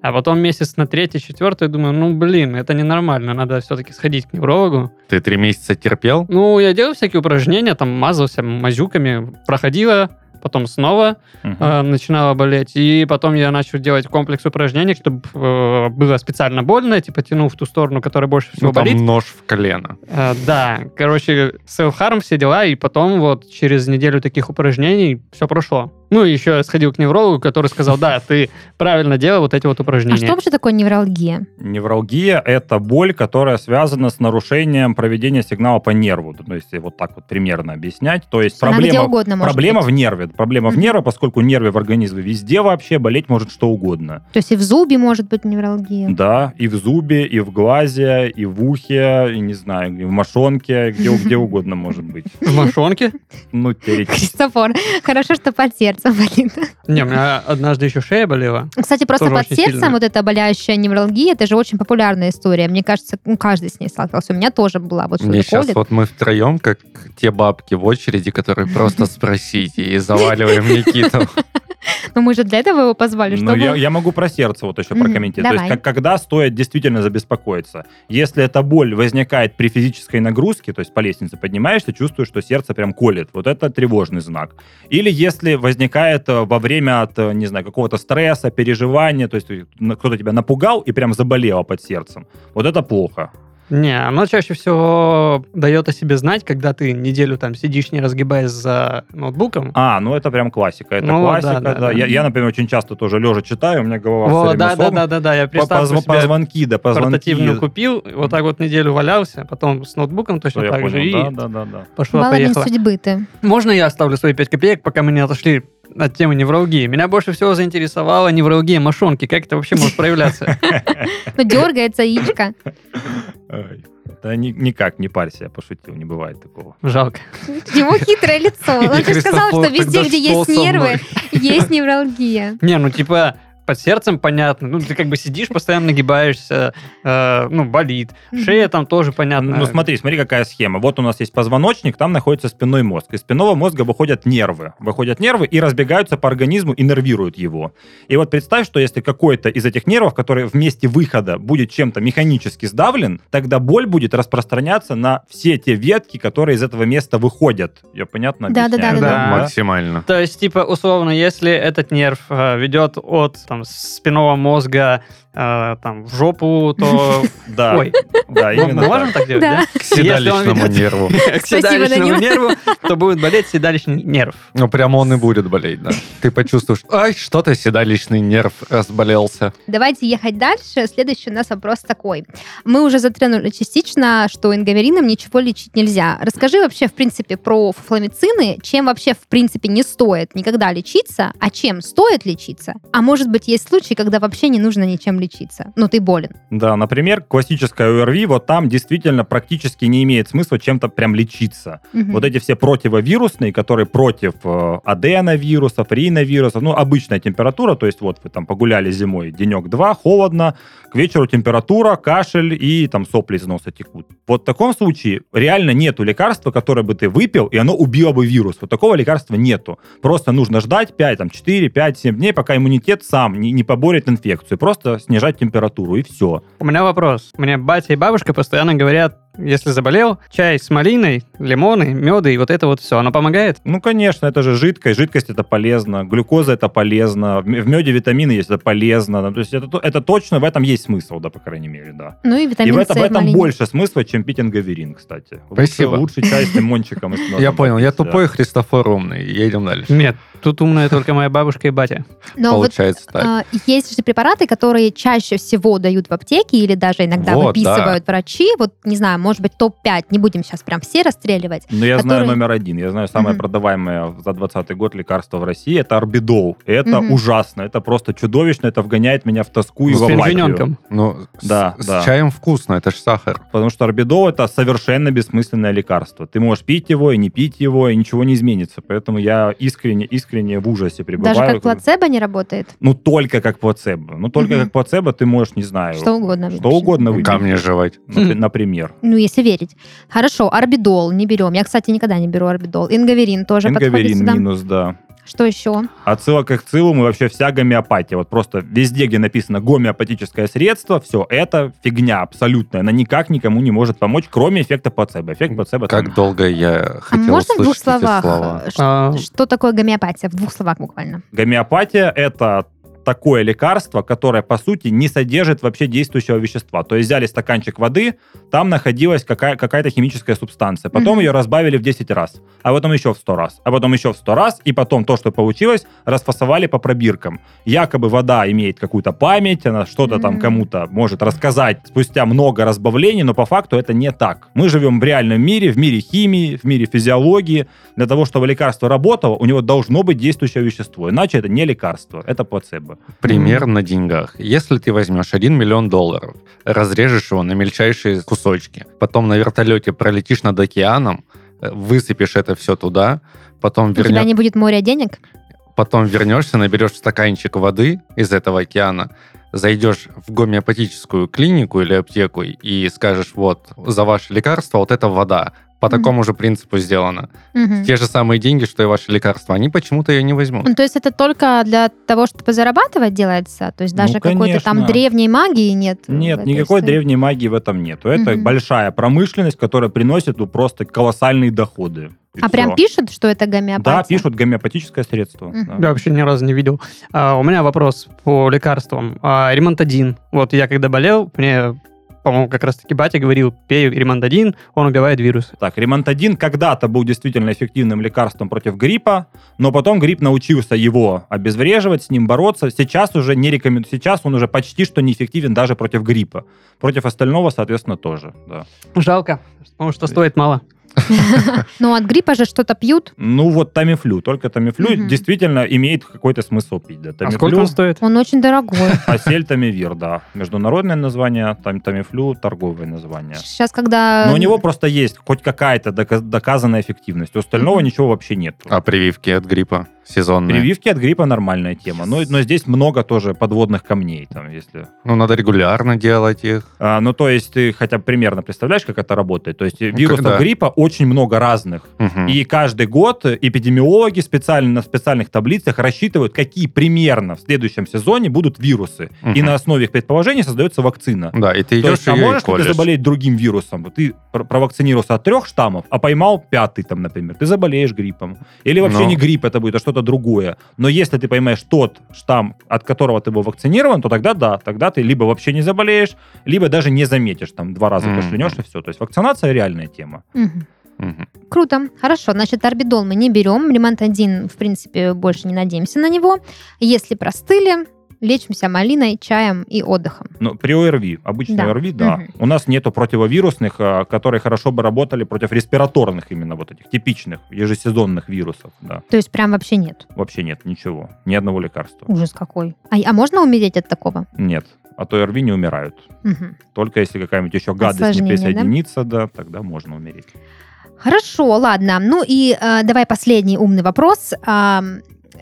[SPEAKER 3] А потом месяц на третий, четвертый, думаю, ну блин, это ненормально, надо все-таки сходить к неврологу.
[SPEAKER 4] Ты три месяца терпел?
[SPEAKER 3] Ну, я делал всякие упражнения, там мазался мазюками, проходила, потом снова
[SPEAKER 1] Мгм.
[SPEAKER 3] э, начинала болеть. И потом я начал делать комплекс упражнений, чтобы э, было специально больно, типа тянул в ту сторону, которая больше всего
[SPEAKER 4] Ну, там
[SPEAKER 3] болит.
[SPEAKER 4] нож в колено.
[SPEAKER 3] Э, да, короче, селф-харм, все дела, и потом вот через неделю таких упражнений все прошло. Ну, и еще я сходил к неврологу, который сказал, да, ты правильно делал вот эти
[SPEAKER 2] А
[SPEAKER 3] вот
[SPEAKER 2] что
[SPEAKER 3] упражнения.
[SPEAKER 2] вообще такое невралгия?
[SPEAKER 1] Невралгия – это боль, которая связана с нарушением проведения сигнала по нерву. Ну, если вот так вот примерно объяснять. То есть
[SPEAKER 2] Она где
[SPEAKER 1] проблема,
[SPEAKER 2] угодно может
[SPEAKER 1] проблема
[SPEAKER 2] быть.
[SPEAKER 1] в нерве. Проблема в
[SPEAKER 2] Мгм.
[SPEAKER 1] нерве, поскольку нервы в организме везде вообще, болеть может что угодно.
[SPEAKER 2] То есть и в зубе может быть невралгия.
[SPEAKER 1] Да, и в зубе, и в глазе, и в ухе, и не знаю, и в мошонке, где, где угодно может быть.
[SPEAKER 3] В мошонке?
[SPEAKER 1] Ну, теоретически.
[SPEAKER 2] Христофор, хорошо, что под сердцем болит.
[SPEAKER 3] Не, у меня однажды еще шея болела.
[SPEAKER 2] Кстати, просто
[SPEAKER 3] Тоже
[SPEAKER 2] под
[SPEAKER 3] очень
[SPEAKER 2] сердцем
[SPEAKER 3] сильно.
[SPEAKER 2] вот эта болящая невралгия, это же очень популярная история. Мне кажется, ну, каждый с ней сталкивался. У меня тоже была. Вот что-то
[SPEAKER 4] Мне сейчас
[SPEAKER 2] колет.
[SPEAKER 4] вот мы втроем, как те бабки в очереди, которые просто спросите и заваливаем Никиту.
[SPEAKER 2] Но мы же для этого его позвали,
[SPEAKER 1] Ну,
[SPEAKER 2] чтобы...
[SPEAKER 1] я, я могу про сердце вот еще
[SPEAKER 2] Мгм,
[SPEAKER 1] прокомментировать. То
[SPEAKER 2] давай.
[SPEAKER 1] есть, как- когда стоит действительно забеспокоиться. Если эта боль возникает при физической нагрузке, то есть по лестнице поднимаешься, чувствуешь, что сердце прям колет. Вот это тревожный знак. Или если возникает э, во время, от, э, не знаю, какого-то стресса, переживания, то есть э, на- кто-то тебя напугал и прям заболело под сердцем. Вот это плохо.
[SPEAKER 3] Не, оно чаще всего дает о себе знать, когда ты неделю там сидишь, не разгибаясь за ноутбуком.
[SPEAKER 1] А, ну это прям классика. Это
[SPEAKER 3] Ну,
[SPEAKER 1] классика,
[SPEAKER 3] да,
[SPEAKER 1] да.
[SPEAKER 3] да, да.
[SPEAKER 1] Я, я, например, очень часто тоже лежа читаю, у меня голова все
[SPEAKER 3] Вот,
[SPEAKER 1] А время
[SPEAKER 3] да, да,
[SPEAKER 1] согнута.
[SPEAKER 3] да, да, да, я
[SPEAKER 1] По-
[SPEAKER 3] представил
[SPEAKER 1] позв-
[SPEAKER 3] себе
[SPEAKER 1] Позвонки, да, позвонки.
[SPEAKER 3] портативную купил, вот так вот неделю валялся, потом с ноутбуком
[SPEAKER 1] Что
[SPEAKER 3] точно
[SPEAKER 1] Ну, я
[SPEAKER 3] так же, и
[SPEAKER 1] понял, да, да, да, да.
[SPEAKER 3] пошла,
[SPEAKER 2] Мало ли
[SPEAKER 3] поехала.
[SPEAKER 2] судьбы ты.
[SPEAKER 3] Можно я оставлю свои 5 копеек, пока мы не отошли от темы неврологии? Меня больше всего заинтересовала неврология мошонки. Как это вообще может проявляться?
[SPEAKER 2] Ну, дергается яичко.
[SPEAKER 1] Ай. Да ни- никак, не парься, я пошутил, не бывает такого.
[SPEAKER 3] Жалко.
[SPEAKER 2] Его хитрое лицо. Он же сказал,
[SPEAKER 4] Христофор,
[SPEAKER 2] что везде,
[SPEAKER 4] тогда
[SPEAKER 2] где
[SPEAKER 4] что
[SPEAKER 2] есть
[SPEAKER 4] со мной?
[SPEAKER 2] нервы, есть невралгия.
[SPEAKER 3] Не, ну типа, под сердцем понятно. Ну, ты как бы сидишь, постоянно нагибаешься, э, ну, болит.
[SPEAKER 2] Мгм.
[SPEAKER 3] Шея там тоже понятно.
[SPEAKER 1] Ну смотри, смотри, какая схема. Вот у нас есть позвоночник, там находится спинной мозг. Из спинного мозга выходят нервы. Выходят нервы и разбегаются по организму и нервируют его. И вот представь, что если какой-то из этих нервов, который в месте выхода будет чем-то механически сдавлен, тогда боль будет распространяться на все те ветки, которые из этого места выходят. Я понятно
[SPEAKER 2] Да-да-да,
[SPEAKER 1] объясняю?
[SPEAKER 3] да-да. Да.
[SPEAKER 4] Максимально.
[SPEAKER 3] То есть, типа, условно, если этот нерв э, ведет от там, спинного мозга э, там, в жопу, то...
[SPEAKER 1] Да,
[SPEAKER 3] Ой,
[SPEAKER 1] да,
[SPEAKER 3] ну,
[SPEAKER 1] именно
[SPEAKER 3] можно
[SPEAKER 1] так.
[SPEAKER 3] так делать,
[SPEAKER 2] Да.
[SPEAKER 3] да?
[SPEAKER 4] К седалищному
[SPEAKER 3] ведет-
[SPEAKER 4] нерву.
[SPEAKER 3] К
[SPEAKER 2] Спасибо,
[SPEAKER 3] седалищному
[SPEAKER 2] Данил.
[SPEAKER 3] нерву, то будет болеть седалищный нерв.
[SPEAKER 4] Ну, прям он и будет болеть, да. Ты почувствуешь, ай, что-то седалищный нерв разболелся.
[SPEAKER 2] Давайте ехать дальше. Следующий у нас вопрос такой. Мы уже затронули частично, что ингамерином ничего лечить нельзя. Расскажи вообще, в принципе, про фламицины, чем вообще, в принципе, не стоит никогда лечиться, а чем стоит лечиться. А может быть, есть случаи, когда вообще не нужно ничем лечиться. Ну, ты болен.
[SPEAKER 1] Да, например, классическая ОРВИ, вот там действительно практически не имеет смысла чем-то прям лечиться.
[SPEAKER 2] Мгм.
[SPEAKER 1] Вот эти все противовирусные, которые против э, аденовирусов, риновирусов, ну, обычная температура, то есть вот вы там погуляли зимой денек-два, холодно, к вечеру температура, кашель и там сопли из носа текут. Вот в таком случае реально нету лекарства, которое бы ты выпил, и оно убило бы вирус. Вот такого лекарства нету. Просто нужно ждать 5, там, 4, 5, 7 дней, пока иммунитет сам не, не поборет инфекцию. Просто снижать температуру, и все.
[SPEAKER 3] У меня вопрос. Мне батя и бабушка постоянно говорят, если заболел, чай с малиной, лимоны, меды и вот это вот все. Оно помогает?
[SPEAKER 1] Ну, конечно, это же жидкость. Жидкость это полезно, глюкоза это полезно, в м- в меде витамины есть, это полезно. Ну, То есть это, то- это точно, в этом есть смысл, да, по крайней мере, да.
[SPEAKER 2] Ну и
[SPEAKER 1] И
[SPEAKER 2] витамин
[SPEAKER 1] в,
[SPEAKER 2] С
[SPEAKER 1] это- в
[SPEAKER 2] и
[SPEAKER 1] этом
[SPEAKER 2] малине.
[SPEAKER 1] больше смысла, чем пить энгаверин, кстати. Лучше-
[SPEAKER 4] Спасибо.
[SPEAKER 1] Лучше, чай с лимончиком и с медом
[SPEAKER 4] Я понял, я
[SPEAKER 1] попить, да.
[SPEAKER 4] тупой, Христофор умный. Едем дальше.
[SPEAKER 3] Нет, тут умная только моя бабушка и батя.
[SPEAKER 4] ну
[SPEAKER 2] Но вот
[SPEAKER 4] Получается так.
[SPEAKER 2] А, Есть же препараты, которые чаще всего дают в аптеке или даже иногда
[SPEAKER 4] Вот,
[SPEAKER 2] выписывают врачи. Вот, не знаю, может быть, топ-5. Не будем сейчас прям все расстреливать.
[SPEAKER 1] Но я знаю
[SPEAKER 2] которые-
[SPEAKER 1] номер один. Я знаю самое
[SPEAKER 2] Мгм.
[SPEAKER 1] продаваемое за 20 год лекарство в России это орбидол. И это
[SPEAKER 2] Мгм.
[SPEAKER 1] ужасно, это просто чудовищно, это вгоняет меня в тоску и
[SPEAKER 4] Ну, С
[SPEAKER 1] в
[SPEAKER 3] пингвиненком.
[SPEAKER 4] Ну, с-
[SPEAKER 1] Да, да.
[SPEAKER 4] с чаем вкусно, это ж сахар.
[SPEAKER 1] Потому что орбидол это совершенно бессмысленное лекарство. Ты можешь пить его и не пить его, и ничего не изменится. Поэтому я искренне, искренне в ужасе пребываю.
[SPEAKER 2] Даже как плацебо не работает.
[SPEAKER 1] Ну, только как плацебо. Ну, только
[SPEAKER 2] Мгм.
[SPEAKER 1] как плацебо ты можешь, не знаю...
[SPEAKER 2] Что угодно
[SPEAKER 1] Что
[SPEAKER 2] вообще.
[SPEAKER 1] угодно выпить.
[SPEAKER 4] Камни жевать.
[SPEAKER 1] напри- Например.
[SPEAKER 2] Ну, если верить. Хорошо, орбидол не берем. Я, кстати, никогда не беру орбидол. Ингаверин тоже подходит
[SPEAKER 1] Энгаверин
[SPEAKER 2] сюда.
[SPEAKER 1] минус, да.
[SPEAKER 2] Что А еще?
[SPEAKER 1] Отсылок к экцилум и вообще вся гомеопатия. Вот просто везде, где написано гомеопатическое средство, все это фигня абсолютная. Она никак никому не может помочь, кроме эффекта плацебо. Эффект плацебо... там
[SPEAKER 4] Как долго я
[SPEAKER 2] А
[SPEAKER 4] хотел
[SPEAKER 2] можно в двух
[SPEAKER 4] услышать эти
[SPEAKER 2] словах?
[SPEAKER 4] слова.
[SPEAKER 2] э, ш-
[SPEAKER 3] А,
[SPEAKER 2] Что такое гомеопатия? В двух словах буквально.
[SPEAKER 1] Гомеопатия – это такое лекарство, которое, по сути, не содержит вообще действующего вещества. То есть взяли стаканчик воды, там находилась какая- какая-то химическая субстанция. Потом
[SPEAKER 2] Мгм.
[SPEAKER 1] ее разбавили в 10 раз, а потом еще в 100 раз, а потом еще в 100 раз, и потом то, что получилось, расфасовали по пробиркам. Якобы вода имеет какую-то память, она что-то там
[SPEAKER 2] Мгм.
[SPEAKER 1] кому-то может рассказать спустя много разбавлений, но по факту это не так. Мы живем в реальном мире, в мире химии, в мире физиологии, для того, чтобы лекарство работало, у него должно быть действующее вещество. Иначе это не лекарство, это плацебо.
[SPEAKER 4] Пример на деньгах. Если ты возьмешь 1 миллион долларов, разрежешь его на мельчайшие кусочки, потом на вертолете пролетишь над океаном, э, высыпешь это все туда, потом,
[SPEAKER 2] У тебя
[SPEAKER 4] верне-
[SPEAKER 2] не будет моря денег?
[SPEAKER 4] потом вернешься, наберешь стаканчик воды из этого океана, зайдешь в гомеопатическую клинику или аптеку и скажешь, вот, за ваше лекарство вот это вода. По
[SPEAKER 2] Мгм.
[SPEAKER 4] такому же принципу сделано.
[SPEAKER 2] Мгм.
[SPEAKER 4] Те же самые деньги, что и ваши лекарства, они почему-то ее не возьмут.
[SPEAKER 2] Ну, то есть это только для того, чтобы зарабатывать делается? То есть
[SPEAKER 1] Ну,
[SPEAKER 2] даже какой-то там
[SPEAKER 1] конечно.
[SPEAKER 2] древней магии нет? э, в
[SPEAKER 1] Нет,
[SPEAKER 2] этой
[SPEAKER 1] никакой
[SPEAKER 2] истории?
[SPEAKER 1] древней магии в этом нету. Это
[SPEAKER 2] Мгм.
[SPEAKER 1] большая промышленность, которая приносит ну, просто колоссальные доходы. И
[SPEAKER 2] А прям
[SPEAKER 1] всё.
[SPEAKER 2] пишут, что это гомеопатия?
[SPEAKER 1] Да, пишут гомеопатическое средство.
[SPEAKER 2] Мгм.
[SPEAKER 1] да.
[SPEAKER 3] Я вообще ни разу не видел. А, у меня вопрос по лекарствам. А, ремонтадин. Вот я когда болел, мне, по-моему, как раз-таки батя говорил, пей ремонтадин, он убивает вирус.
[SPEAKER 1] Так, ремонтадин когда-то был действительно эффективным лекарством против гриппа, но потом грипп научился его обезвреживать, с ним бороться. Сейчас уже не рекомен- Сейчас он уже почти что неэффективен даже против гриппа. Против остального, соответственно, тоже. Да.
[SPEAKER 3] Жалко, потому что стоит мало.
[SPEAKER 2] Но Ну, от гриппа же что-то пьют.
[SPEAKER 1] Ну вот тамифлю, только тамифлю
[SPEAKER 2] Мгм.
[SPEAKER 1] действительно имеет какой-то смысл пить. Да.
[SPEAKER 3] А
[SPEAKER 1] Тамифлю,
[SPEAKER 3] сколько он стоит?
[SPEAKER 2] Он очень дорогой.
[SPEAKER 1] асель, тамивир, да. Международное название, там тамифлю, торговое название.
[SPEAKER 2] Сейчас, когда...
[SPEAKER 3] Эм.
[SPEAKER 1] Но у него просто есть хоть какая-то дока- доказанная эффективность. У остального
[SPEAKER 2] Мгм.
[SPEAKER 1] ничего вообще нет.
[SPEAKER 4] А прививки от гриппа? сезонные.
[SPEAKER 1] Прививки от гриппа нормальная тема. Но, но здесь много тоже подводных камней, там, если
[SPEAKER 4] Ну, надо регулярно делать их.
[SPEAKER 1] А, ну, то есть ты хотя бы примерно представляешь, как это работает. То есть э,
[SPEAKER 4] Ну,
[SPEAKER 1] вирусов
[SPEAKER 4] когда?
[SPEAKER 1] гриппа очень много разных.
[SPEAKER 4] Мгм.
[SPEAKER 1] И каждый год эпидемиологи специально на специальных таблицах рассчитывают, какие примерно в следующем сезоне будут вирусы.
[SPEAKER 4] Мгм.
[SPEAKER 1] И на основе их предположений создается вакцина.
[SPEAKER 4] Да, и ты
[SPEAKER 1] То
[SPEAKER 4] идешь
[SPEAKER 1] есть, а
[SPEAKER 4] ее и
[SPEAKER 1] можешь ли ты
[SPEAKER 4] колешь.
[SPEAKER 1] заболеть другим вирусом? Вот Ты пр- провакцинировался от трех штаммов, а поймал пятый там, например. Ты заболеешь гриппом. Или вообще
[SPEAKER 4] Ну.
[SPEAKER 1] не грипп это будет, а что-то другое. Но если ты поймаешь тот штамм, от которого ты был вакцинирован, то тогда да, тогда ты либо вообще не заболеешь, либо даже не заметишь. Там два раза
[SPEAKER 4] Мгм.
[SPEAKER 1] кашлянешь и все. То есть вакцинация реальная тема.
[SPEAKER 2] Мгм.
[SPEAKER 4] Мгм.
[SPEAKER 2] Круто. Хорошо. Значит, орбидол мы не берем. Ремонт один, в принципе, больше не надеемся на него. Если простыли, лечимся малиной, чаем и отдыхом.
[SPEAKER 1] Но при ОРВИ, обычной
[SPEAKER 2] Да.
[SPEAKER 1] ОРВИ, да.
[SPEAKER 2] Мгм.
[SPEAKER 1] У нас нету противовирусных, а, которые хорошо бы работали против респираторных именно вот этих типичных ежесезонных вирусов. Да,
[SPEAKER 2] То есть прям вообще нет.
[SPEAKER 1] вообще нет ничего, ни одного лекарства.
[SPEAKER 2] Ужас какой. А, а можно умереть от такого?
[SPEAKER 1] Нет, от ОРВИ не умирают.
[SPEAKER 2] Мгм.
[SPEAKER 1] Только если какая-нибудь еще гадость не
[SPEAKER 2] Осложнение, да?
[SPEAKER 1] присоединится, да? тогда можно умереть.
[SPEAKER 2] Хорошо, ладно. Ну и э, давай последний умный вопрос. Ам,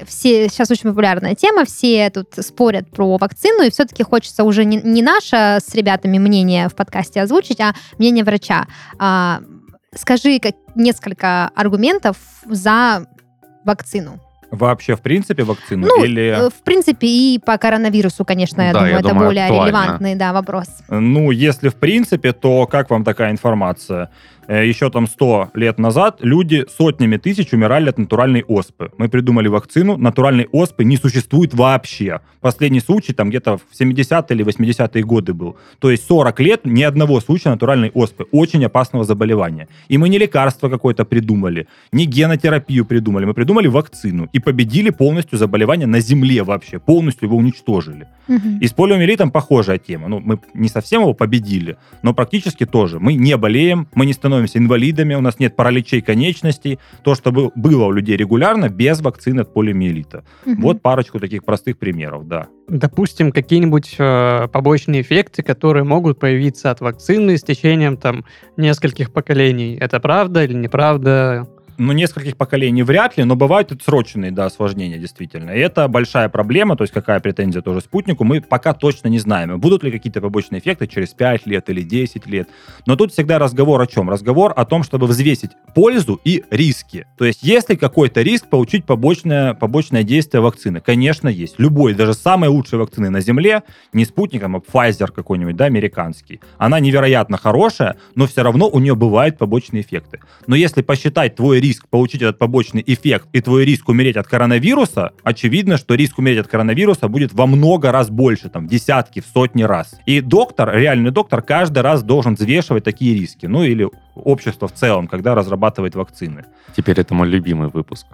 [SPEAKER 2] все сейчас очень популярная тема, все тут спорят про вакцину, и все-таки хочется уже не, не наше с ребятами мнение в подкасте озвучить, а мнение врача. А, скажи как- несколько аргументов за вакцину.
[SPEAKER 1] Вообще, в принципе, вакцину
[SPEAKER 2] Ну,
[SPEAKER 1] или...
[SPEAKER 2] Э, В принципе, и по коронавирусу, конечно, я
[SPEAKER 4] Да,
[SPEAKER 2] думаю,
[SPEAKER 4] я
[SPEAKER 2] это
[SPEAKER 4] думаю,
[SPEAKER 2] более
[SPEAKER 4] актуально.
[SPEAKER 2] релевантный да, вопрос.
[SPEAKER 1] Ну, если в принципе, то как вам такая информация? Э, Еще там 100 лет назад люди сотнями тысяч умирали от натуральной оспы. Мы придумали вакцину, натуральной оспы не существует вообще. Последний случай там где-то в 70-е или 80-е годы был. То есть 40 лет ни одного случая натуральной оспы, очень опасного заболевания. И мы не лекарство какое-то придумали, не генотерапию придумали, мы придумали вакцину и победили полностью заболевание на Земле вообще, полностью его уничтожили.
[SPEAKER 2] Мгм.
[SPEAKER 1] И с полиомиелитом похожая тема. Ну, мы не совсем его победили, но практически тоже. Мы не болеем, мы не становимся инвалидами, у нас нет параличей конечностей. То, что был- было у людей регулярно, без вакцины от полиомиелита.
[SPEAKER 2] Мгм.
[SPEAKER 1] Вот парочку таких простых примеров, да.
[SPEAKER 3] допустим, какие-нибудь э, побочные эффекты, которые могут появиться от вакцины с течением там нескольких поколений. Это правда или неправда?
[SPEAKER 1] Ну, нескольких поколений вряд ли, но бывают отсроченные, да, осложнения, действительно. И это большая проблема, то есть какая претензия тоже спутнику, мы пока точно не знаем. Будут ли какие-то побочные эффекты через 5 лет или 10 лет. Но тут всегда разговор о чем? Разговор о том, чтобы взвесить пользу и риски. То есть есть ли какой-то риск получить побочное, побочное действие вакцины? Конечно, есть. Любой, даже самой лучшей вакцины на Земле, не спутником, а Pfizer какой-нибудь, да, американский. Она невероятно хорошая, но все равно у нее бывают побочные эффекты. Но если посчитать твой риск получить этот побочный эффект и твой риск умереть от коронавируса, очевидно, что риск умереть от коронавируса будет во много раз больше, там, в десятки, в сотни раз. И доктор, реальный доктор, каждый раз должен взвешивать такие риски. Ну, или общество в целом, когда разрабатывает вакцины.
[SPEAKER 4] Теперь это мой любимый выпуск.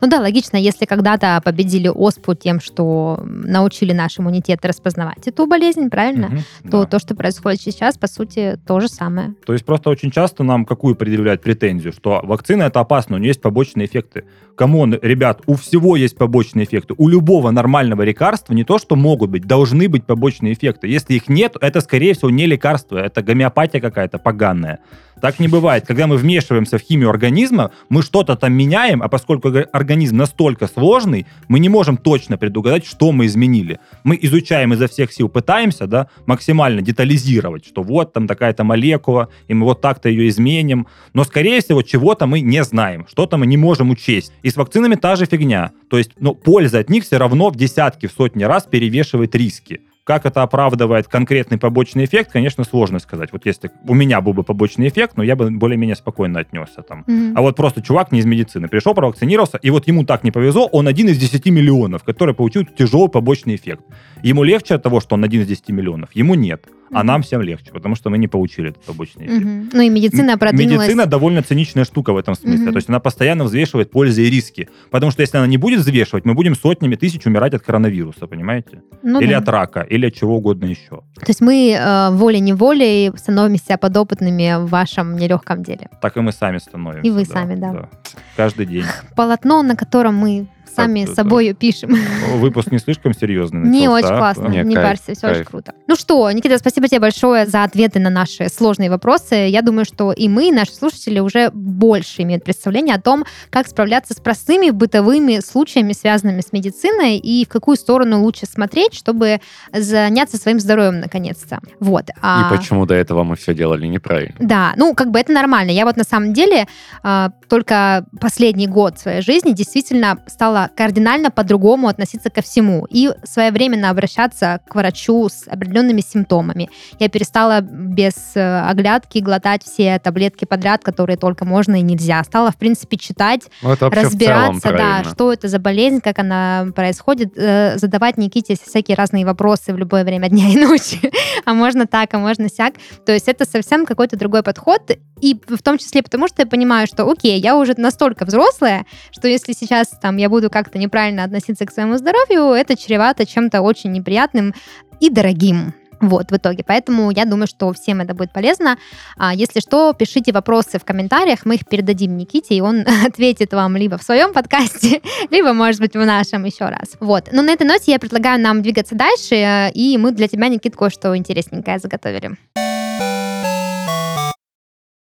[SPEAKER 2] Ну да, логично, если когда-то победили оспу тем, что научили наш иммунитет распознавать эту болезнь, правильно?
[SPEAKER 1] Мгм,
[SPEAKER 2] То
[SPEAKER 1] да.
[SPEAKER 2] то, что происходит сейчас, по сути, то же самое.
[SPEAKER 1] То есть просто очень часто нам какую предъявляют претензию, что вакцина это опасно, у нее есть побочные эффекты. Камон, ребят, у всего есть побочные эффекты. У любого нормального лекарства не то, что могут быть, должны быть побочные эффекты. Если их нет, это, скорее всего, не лекарство, это гомеопатия какая-то поганая. Так не бывает. Когда мы вмешиваемся в химию организма, мы что-то там меняем, а поскольку ор- организм настолько сложный, мы не можем точно предугадать, что мы изменили. Мы изучаем изо всех сил, пытаемся да, максимально детализировать, что вот там такая-то молекула, и мы вот так-то ее изменим. Но, скорее всего, чего-то мы не знаем, что-то мы не можем учесть. И с вакцинами та же фигня. То есть ну, польза от них все равно в десятки, в сотни раз перевешивает риски. Как это оправдывает конкретный побочный эффект, конечно, сложно сказать. Вот если у меня был бы побочный эффект, но я бы более-менее спокойно отнесся там.
[SPEAKER 2] Мгм.
[SPEAKER 1] А вот просто чувак не из медицины пришел, провакцинировался, и вот ему так не повезло, он один из 10 миллионов, который получил тяжелый побочный эффект. Ему легче от того, что он один из 10 миллионов, ему нет. А
[SPEAKER 2] Мгм.
[SPEAKER 1] нам всем легче, потому что мы не получили этот побочный эффект.
[SPEAKER 2] Мгм. Ну и медицина
[SPEAKER 1] М-
[SPEAKER 2] продвинулась.
[SPEAKER 1] Медицина довольно циничная штука в этом смысле.
[SPEAKER 2] Мгм.
[SPEAKER 1] То есть она постоянно взвешивает пользы и риски. Потому что если она не будет взвешивать, мы будем сотнями тысяч умирать от коронавируса, понимаете?
[SPEAKER 2] Ну
[SPEAKER 1] или
[SPEAKER 2] да.
[SPEAKER 1] от рака, или от чего угодно еще.
[SPEAKER 2] То есть мы э, волей-неволей становимся подопытными в вашем нелегком деле.
[SPEAKER 1] Так и мы сами становимся.
[SPEAKER 2] И вы сами, да.
[SPEAKER 1] Каждый день.
[SPEAKER 2] Полотно, на котором мы сами
[SPEAKER 4] Так,
[SPEAKER 2] собой пишем.
[SPEAKER 1] Выпуск не слишком серьезный
[SPEAKER 2] Не
[SPEAKER 1] начался,
[SPEAKER 2] очень
[SPEAKER 1] а?
[SPEAKER 2] классно,
[SPEAKER 4] Не,
[SPEAKER 2] не
[SPEAKER 4] кайф,
[SPEAKER 2] парься, все очень
[SPEAKER 4] кайф.
[SPEAKER 2] круто. Ну что, Никита, спасибо тебе большое за ответы на наши сложные вопросы. Я думаю, что и мы, и наши слушатели уже больше имеют представление о том, как справляться с простыми бытовыми случаями, связанными с медициной, и в какую сторону лучше смотреть, чтобы заняться своим здоровьем наконец-то. Вот.
[SPEAKER 4] И
[SPEAKER 2] а-
[SPEAKER 4] почему до этого мы все делали неправильно.
[SPEAKER 2] да, ну как бы это нормально. Я вот на самом деле а, только последний год своей жизни действительно стала кардинально по-другому относиться ко всему и своевременно обращаться к врачу с определенными симптомами. Я перестала без э, оглядки глотать все таблетки подряд, которые только можно и нельзя. Стала, в принципе, читать
[SPEAKER 4] Ну, это вообще в целом
[SPEAKER 2] разбираться, да,
[SPEAKER 4] правильно.
[SPEAKER 2] что это за болезнь, как она происходит, э, задавать Никите всякие разные вопросы в любое время дня и ночи. а можно так, а можно сяк. То есть это совсем какой-то другой подход. И в том числе потому, что я понимаю, что окей, я уже настолько взрослая, что если сейчас там я буду как-то неправильно относиться к своему здоровью, это чревато чем-то очень неприятным и дорогим. Вот, в итоге. Поэтому я думаю, что всем это будет полезно. А, Если что, пишите вопросы в комментариях, мы их передадим Никите, и он ответит вам либо в своем подкасте, либо, может быть, в нашем еще раз. Вот. Но на этой ноте я предлагаю нам двигаться дальше, э, и мы для тебя, Никит, кое-что интересненькое заготовили.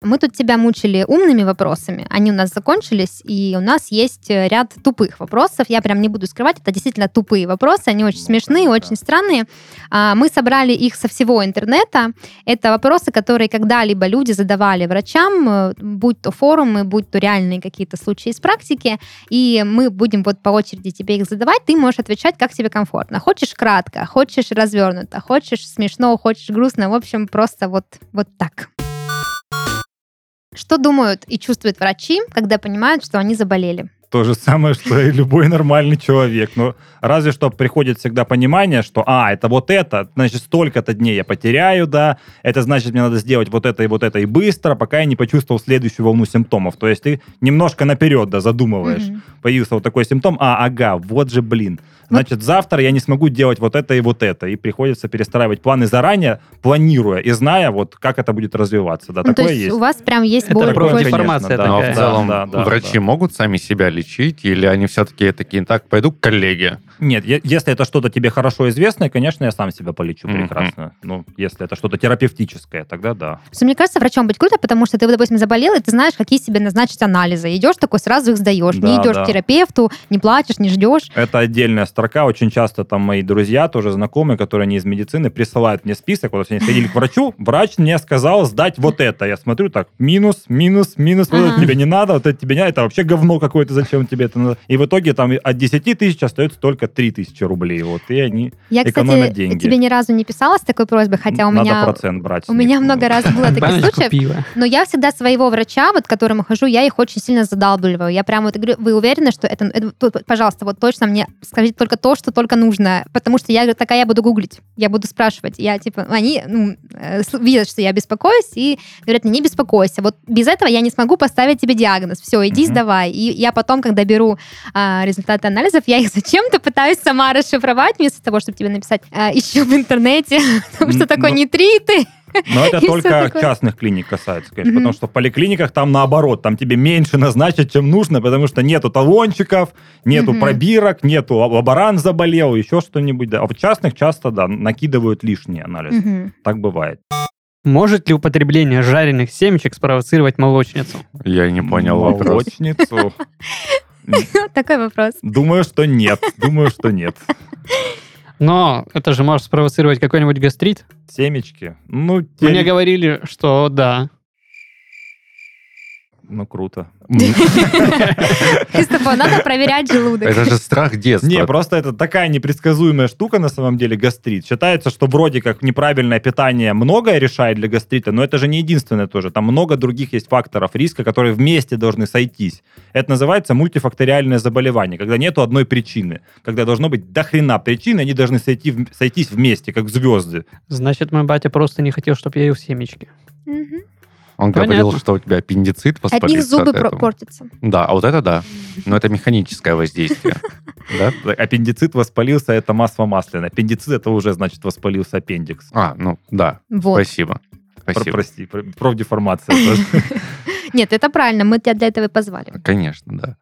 [SPEAKER 2] Мы тут тебя мучили умными вопросами, они у нас закончились, и у нас есть э, ряд тупых вопросов. Я прям не буду скрывать, это действительно тупые вопросы, они очень
[SPEAKER 1] Ну,
[SPEAKER 2] смешные,
[SPEAKER 1] понятно.
[SPEAKER 2] очень странные. А, Мы собрали их со всего интернета, это вопросы, которые когда-либо люди задавали врачам, э, будь то форумы, будь то реальные какие-то случаи из практики, и мы будем вот по очереди тебе их задавать, ты можешь отвечать, как тебе комфортно. Хочешь кратко, хочешь развернуто, хочешь смешно, хочешь грустно, в общем, просто вот, вот так. Что думают и чувствуют врачи, когда понимают, что они заболели?
[SPEAKER 1] То же самое, что и любой нормальный человек. Но разве что приходит всегда понимание, что, а, это вот это, значит, столько-то дней я потеряю, да, это значит, мне надо сделать вот это и вот это и быстро, пока я не почувствовал следующую волну симптомов. То есть ты немножко наперед, да, задумываешь.
[SPEAKER 2] Мгм.
[SPEAKER 1] Появился вот такой симптом, а, ага, вот же, блин. Значит, завтра я не смогу делать вот это и вот это. И приходится перестраивать планы заранее, планируя и зная, вот как это будет развиваться. Да,
[SPEAKER 2] Ну, то
[SPEAKER 1] а такое
[SPEAKER 2] есть,
[SPEAKER 1] есть.
[SPEAKER 2] у вас прям есть
[SPEAKER 3] Это
[SPEAKER 2] боль-
[SPEAKER 3] такое
[SPEAKER 2] больше-
[SPEAKER 3] конечно. информация
[SPEAKER 1] да.
[SPEAKER 4] Но
[SPEAKER 3] такая.
[SPEAKER 4] в целом
[SPEAKER 1] Да, да, да,
[SPEAKER 4] врачи
[SPEAKER 1] да.
[SPEAKER 4] могут сами себя лечить, или они все-таки такие, так, пойду к коллеге.
[SPEAKER 1] Нет, е- если это что-то тебе хорошо известное, конечно, я сам себя полечу
[SPEAKER 4] Мгм.
[SPEAKER 1] прекрасно. Ну, если это что-то терапевтическое, тогда да.
[SPEAKER 2] Просто мне кажется, врачом быть круто, потому что ты, вот, допустим, заболел, и ты знаешь, какие себе назначить анализы. Идешь такой, сразу их сдаешь. не
[SPEAKER 1] Да,
[SPEAKER 2] идешь
[SPEAKER 1] да.
[SPEAKER 2] к терапевту, не плачешь, не ждешь.
[SPEAKER 1] Это отдельная строка. Очень часто там мои друзья, тоже знакомые, которые не из медицины, присылают мне список. Вот они сходили к врачу, врач мне сказал сдать вот это. Я смотрю так, минус, минус, минус, вот это
[SPEAKER 2] Ага.
[SPEAKER 1] тебе не надо, вот это тебе не надо, это вообще говно какое-то, зачем тебе это надо. И в итоге там от 10 тысяч остается только 3 тысячи рублей. Вот, и они...
[SPEAKER 2] Я,
[SPEAKER 1] Экономят
[SPEAKER 2] кстати,
[SPEAKER 1] деньги.
[SPEAKER 2] тебе ни разу не писала с такой просьбой, хотя у
[SPEAKER 1] Надо
[SPEAKER 2] меня...
[SPEAKER 1] процент брать. с
[SPEAKER 2] У
[SPEAKER 1] них. Ну.
[SPEAKER 2] меня много раз было А таких
[SPEAKER 3] Баночку
[SPEAKER 2] случаев,
[SPEAKER 3] пива.
[SPEAKER 2] но я всегда своего врача, вот к которому хожу, я их очень сильно задалбливаю. Я прямо вот говорю, вы уверены, что это, это- тут, пожалуйста, вот точно мне скажите только то, что только нужно, потому что я говорю, такая я буду гуглить, я буду спрашивать, я типа, они ну, э, с- видят, что я беспокоюсь и говорят, мне, не беспокойся, вот без этого я не смогу поставить тебе диагноз, все, иди
[SPEAKER 1] Мгм.
[SPEAKER 2] сдавай. И я потом, когда беру а, результаты анализов, я их зачем-то пытаюсь сама расшифровать, вместо того, чтобы тебе написать а, еще в интернете, потому что
[SPEAKER 1] М,
[SPEAKER 2] такой
[SPEAKER 1] ну,
[SPEAKER 2] нитриты.
[SPEAKER 1] Но это
[SPEAKER 2] И всё
[SPEAKER 1] только
[SPEAKER 2] такое.
[SPEAKER 1] частных клиник касается, конечно,
[SPEAKER 2] Мгм.
[SPEAKER 1] потому что в поликлиниках там наоборот, там тебе меньше назначат, чем нужно, потому что нету талончиков, нету
[SPEAKER 2] Мгм.
[SPEAKER 1] пробирок, нету лаб- лаборант заболел, еще что-нибудь. Да. А в частных часто, да, накидывают лишний анализ.
[SPEAKER 2] Мгм.
[SPEAKER 1] Так бывает.
[SPEAKER 3] Может ли употребление жареных семечек спровоцировать молочницу?
[SPEAKER 4] Я не понял вопрос.
[SPEAKER 1] Молочницу.
[SPEAKER 2] Такой вопрос.
[SPEAKER 1] Думаю, что нет. Думаю, что нет.
[SPEAKER 3] Но это же может спровоцировать какой-нибудь гастрит.
[SPEAKER 1] Семечки. Ну,
[SPEAKER 3] Мне
[SPEAKER 1] теле-
[SPEAKER 3] говорили, что да.
[SPEAKER 1] ну круто.
[SPEAKER 2] Кристофор, надо проверять желудок.
[SPEAKER 4] Это же страх детства.
[SPEAKER 1] Не, просто это такая непредсказуемая штука на самом деле гастрит. Считается, что вроде как неправильное питание многое решает для гастрита, но это же не единственное тоже. Там много других есть факторов риска, которые вместе должны сойтись. Это называется мультифакториальное заболевание, когда нету одной причины, когда должно быть дохрена причин, и они должны сойти, в- сойтись вместе, как звезды.
[SPEAKER 3] Значит, мой батя просто не хотел, чтобы я ел семечки.
[SPEAKER 2] Мгм.
[SPEAKER 4] Он
[SPEAKER 3] Понятно.
[SPEAKER 4] говорил, что у тебя аппендицит
[SPEAKER 2] От
[SPEAKER 4] воспалится
[SPEAKER 2] них зубы
[SPEAKER 4] от
[SPEAKER 2] про-
[SPEAKER 4] этого.
[SPEAKER 2] портятся.
[SPEAKER 4] Да, а вот это да. Но это механическое воздействие. Да?
[SPEAKER 1] Аппендицит воспалился, это масло масляное. Аппендицит это уже, значит, воспалился аппендикс.
[SPEAKER 4] А, ну да,
[SPEAKER 2] Вот.
[SPEAKER 4] спасибо.
[SPEAKER 1] Про-
[SPEAKER 4] Спасибо.
[SPEAKER 1] Прости, про- профдеформация. тоже.
[SPEAKER 2] Нет, это правильно, мы тебя для этого и позвали.
[SPEAKER 4] Конечно, да.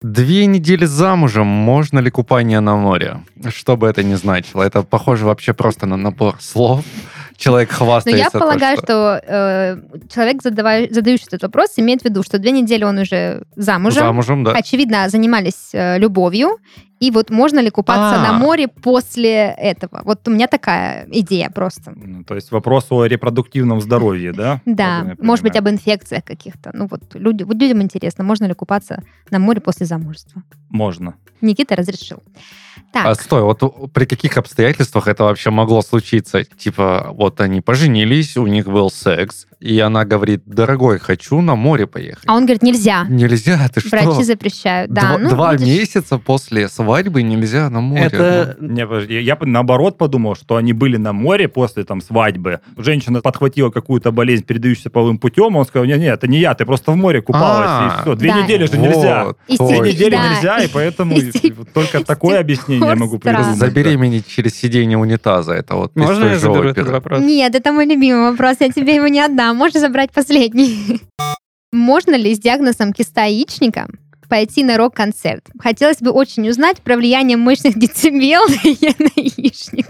[SPEAKER 4] Две недели замужем, можно ли купание на море? Что бы это ни значило. Это похоже вообще просто на набор слов. Человек
[SPEAKER 2] Но
[SPEAKER 4] хвастается.
[SPEAKER 2] Ну, я
[SPEAKER 4] то,
[SPEAKER 2] полагаю,
[SPEAKER 4] что-
[SPEAKER 2] что э, человек, задавай- задающий этот вопрос, имеет в виду, что две недели он уже замужем.
[SPEAKER 4] Замужем, да.
[SPEAKER 2] Очевидно, занимались э, любовью. И вот можно ли купаться
[SPEAKER 4] А.
[SPEAKER 2] на море после этого? Вот у меня такая идея просто.
[SPEAKER 1] Ну, То есть вопрос о репродуктивном здоровье, да?
[SPEAKER 2] Да,
[SPEAKER 1] Правильно я
[SPEAKER 2] может быть,
[SPEAKER 1] понимаю?
[SPEAKER 2] об инфекциях каких-то. Ну вот люди, вот людям интересно, можно ли купаться на море после замужества.
[SPEAKER 1] Можно.
[SPEAKER 2] Никита разрешил. Так,
[SPEAKER 4] А стой, вот у- при каких обстоятельствах это вообще могло случиться? Типа, вот они поженились, у них был секс, и она говорит, дорогой, хочу на море поехать.
[SPEAKER 2] а он говорит, нельзя.
[SPEAKER 4] Нельзя, ты
[SPEAKER 2] Врачи
[SPEAKER 4] что?
[SPEAKER 2] запрещают. Да,
[SPEAKER 4] два
[SPEAKER 2] ну,
[SPEAKER 4] два
[SPEAKER 2] видишь,
[SPEAKER 4] месяца после свадьбы нельзя на море.
[SPEAKER 3] Это...
[SPEAKER 1] Не, подожди, я, я наоборот подумал, что они были на море после там свадьбы. Женщина подхватила какую-то болезнь, передающуюся половым путем. Он сказал, не-не, это не я, ты просто в море купалась.
[SPEAKER 4] А,
[SPEAKER 1] и все, две
[SPEAKER 2] да.
[SPEAKER 1] недели же
[SPEAKER 4] Вот,
[SPEAKER 1] нельзя. Две
[SPEAKER 2] И
[SPEAKER 4] точно.
[SPEAKER 2] Ой.
[SPEAKER 1] недели
[SPEAKER 2] Да.
[SPEAKER 1] нельзя, и поэтому
[SPEAKER 2] И
[SPEAKER 1] и-
[SPEAKER 2] с
[SPEAKER 1] и вот только
[SPEAKER 2] с
[SPEAKER 1] такое
[SPEAKER 2] тех
[SPEAKER 1] объяснение я
[SPEAKER 2] пор
[SPEAKER 1] могу
[SPEAKER 2] странно.
[SPEAKER 1] придумать.
[SPEAKER 4] Забеременеть через сиденье унитаза, это вот ну, из
[SPEAKER 3] Можно
[SPEAKER 4] той
[SPEAKER 3] я
[SPEAKER 4] же
[SPEAKER 3] заберу
[SPEAKER 4] оперы.
[SPEAKER 3] этот вопрос?
[SPEAKER 2] Нет, это мой любимый вопрос, я тебе его не отдам. Можно забрать последний. Можно ли с диагнозом киста яичника пойти на рок-концерт? Хотелось бы очень узнать про влияние мощных децибел на яичник.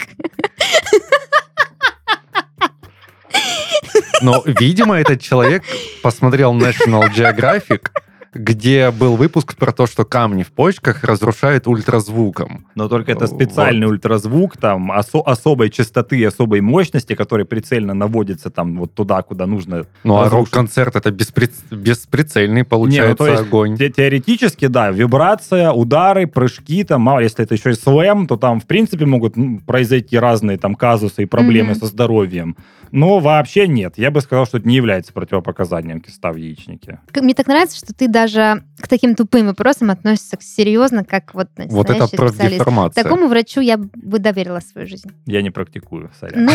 [SPEAKER 4] Но, видимо, этот человек посмотрел National Geographic, где был выпуск про то, что камни в почках разрушают ультразвуком.
[SPEAKER 1] Но только это
[SPEAKER 4] Вот.
[SPEAKER 1] специальный ультразвук, там, осо- особой частоты, особой мощности, который прицельно наводится там вот туда, куда нужно.
[SPEAKER 4] Ну, а
[SPEAKER 1] Разрушен.
[SPEAKER 4] рок-концерт это бесприц- бесприцельный, получается,
[SPEAKER 1] Не, ну, то есть
[SPEAKER 4] огонь.
[SPEAKER 1] Те- теоретически, да, вибрация, удары, прыжки, там, мало, если это еще и слэм, то там, в принципе, могут ну, произойти разные там казусы и проблемы
[SPEAKER 2] Мгм.
[SPEAKER 1] со здоровьем. Но вообще нет. Я бы сказал, что это не является противопоказанием киста в яичнике.
[SPEAKER 2] К- Мне так нравится, что ты даже к таким тупым вопросам относишься серьезно, как вот
[SPEAKER 4] Вот это
[SPEAKER 2] настоящий
[SPEAKER 4] про
[SPEAKER 2] специалист.
[SPEAKER 4] деформация.
[SPEAKER 2] Такому врачу я бы доверила свою жизнь.
[SPEAKER 1] Я не практикую, сорян.
[SPEAKER 2] Ну,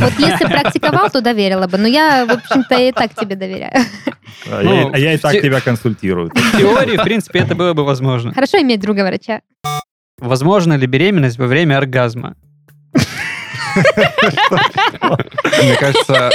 [SPEAKER 2] вот если практиковал, то доверила бы. Но я, в общем-то, и так тебе доверяю.
[SPEAKER 1] а, я, и-
[SPEAKER 3] ну,
[SPEAKER 1] а я и
[SPEAKER 3] в
[SPEAKER 1] так
[SPEAKER 3] те-
[SPEAKER 1] тебя консультирую.
[SPEAKER 3] В теории, в принципе, это было бы возможно.
[SPEAKER 2] Хорошо иметь друга врача.
[SPEAKER 3] Возможно ли беременность во время оргазма?
[SPEAKER 4] Мне кажется,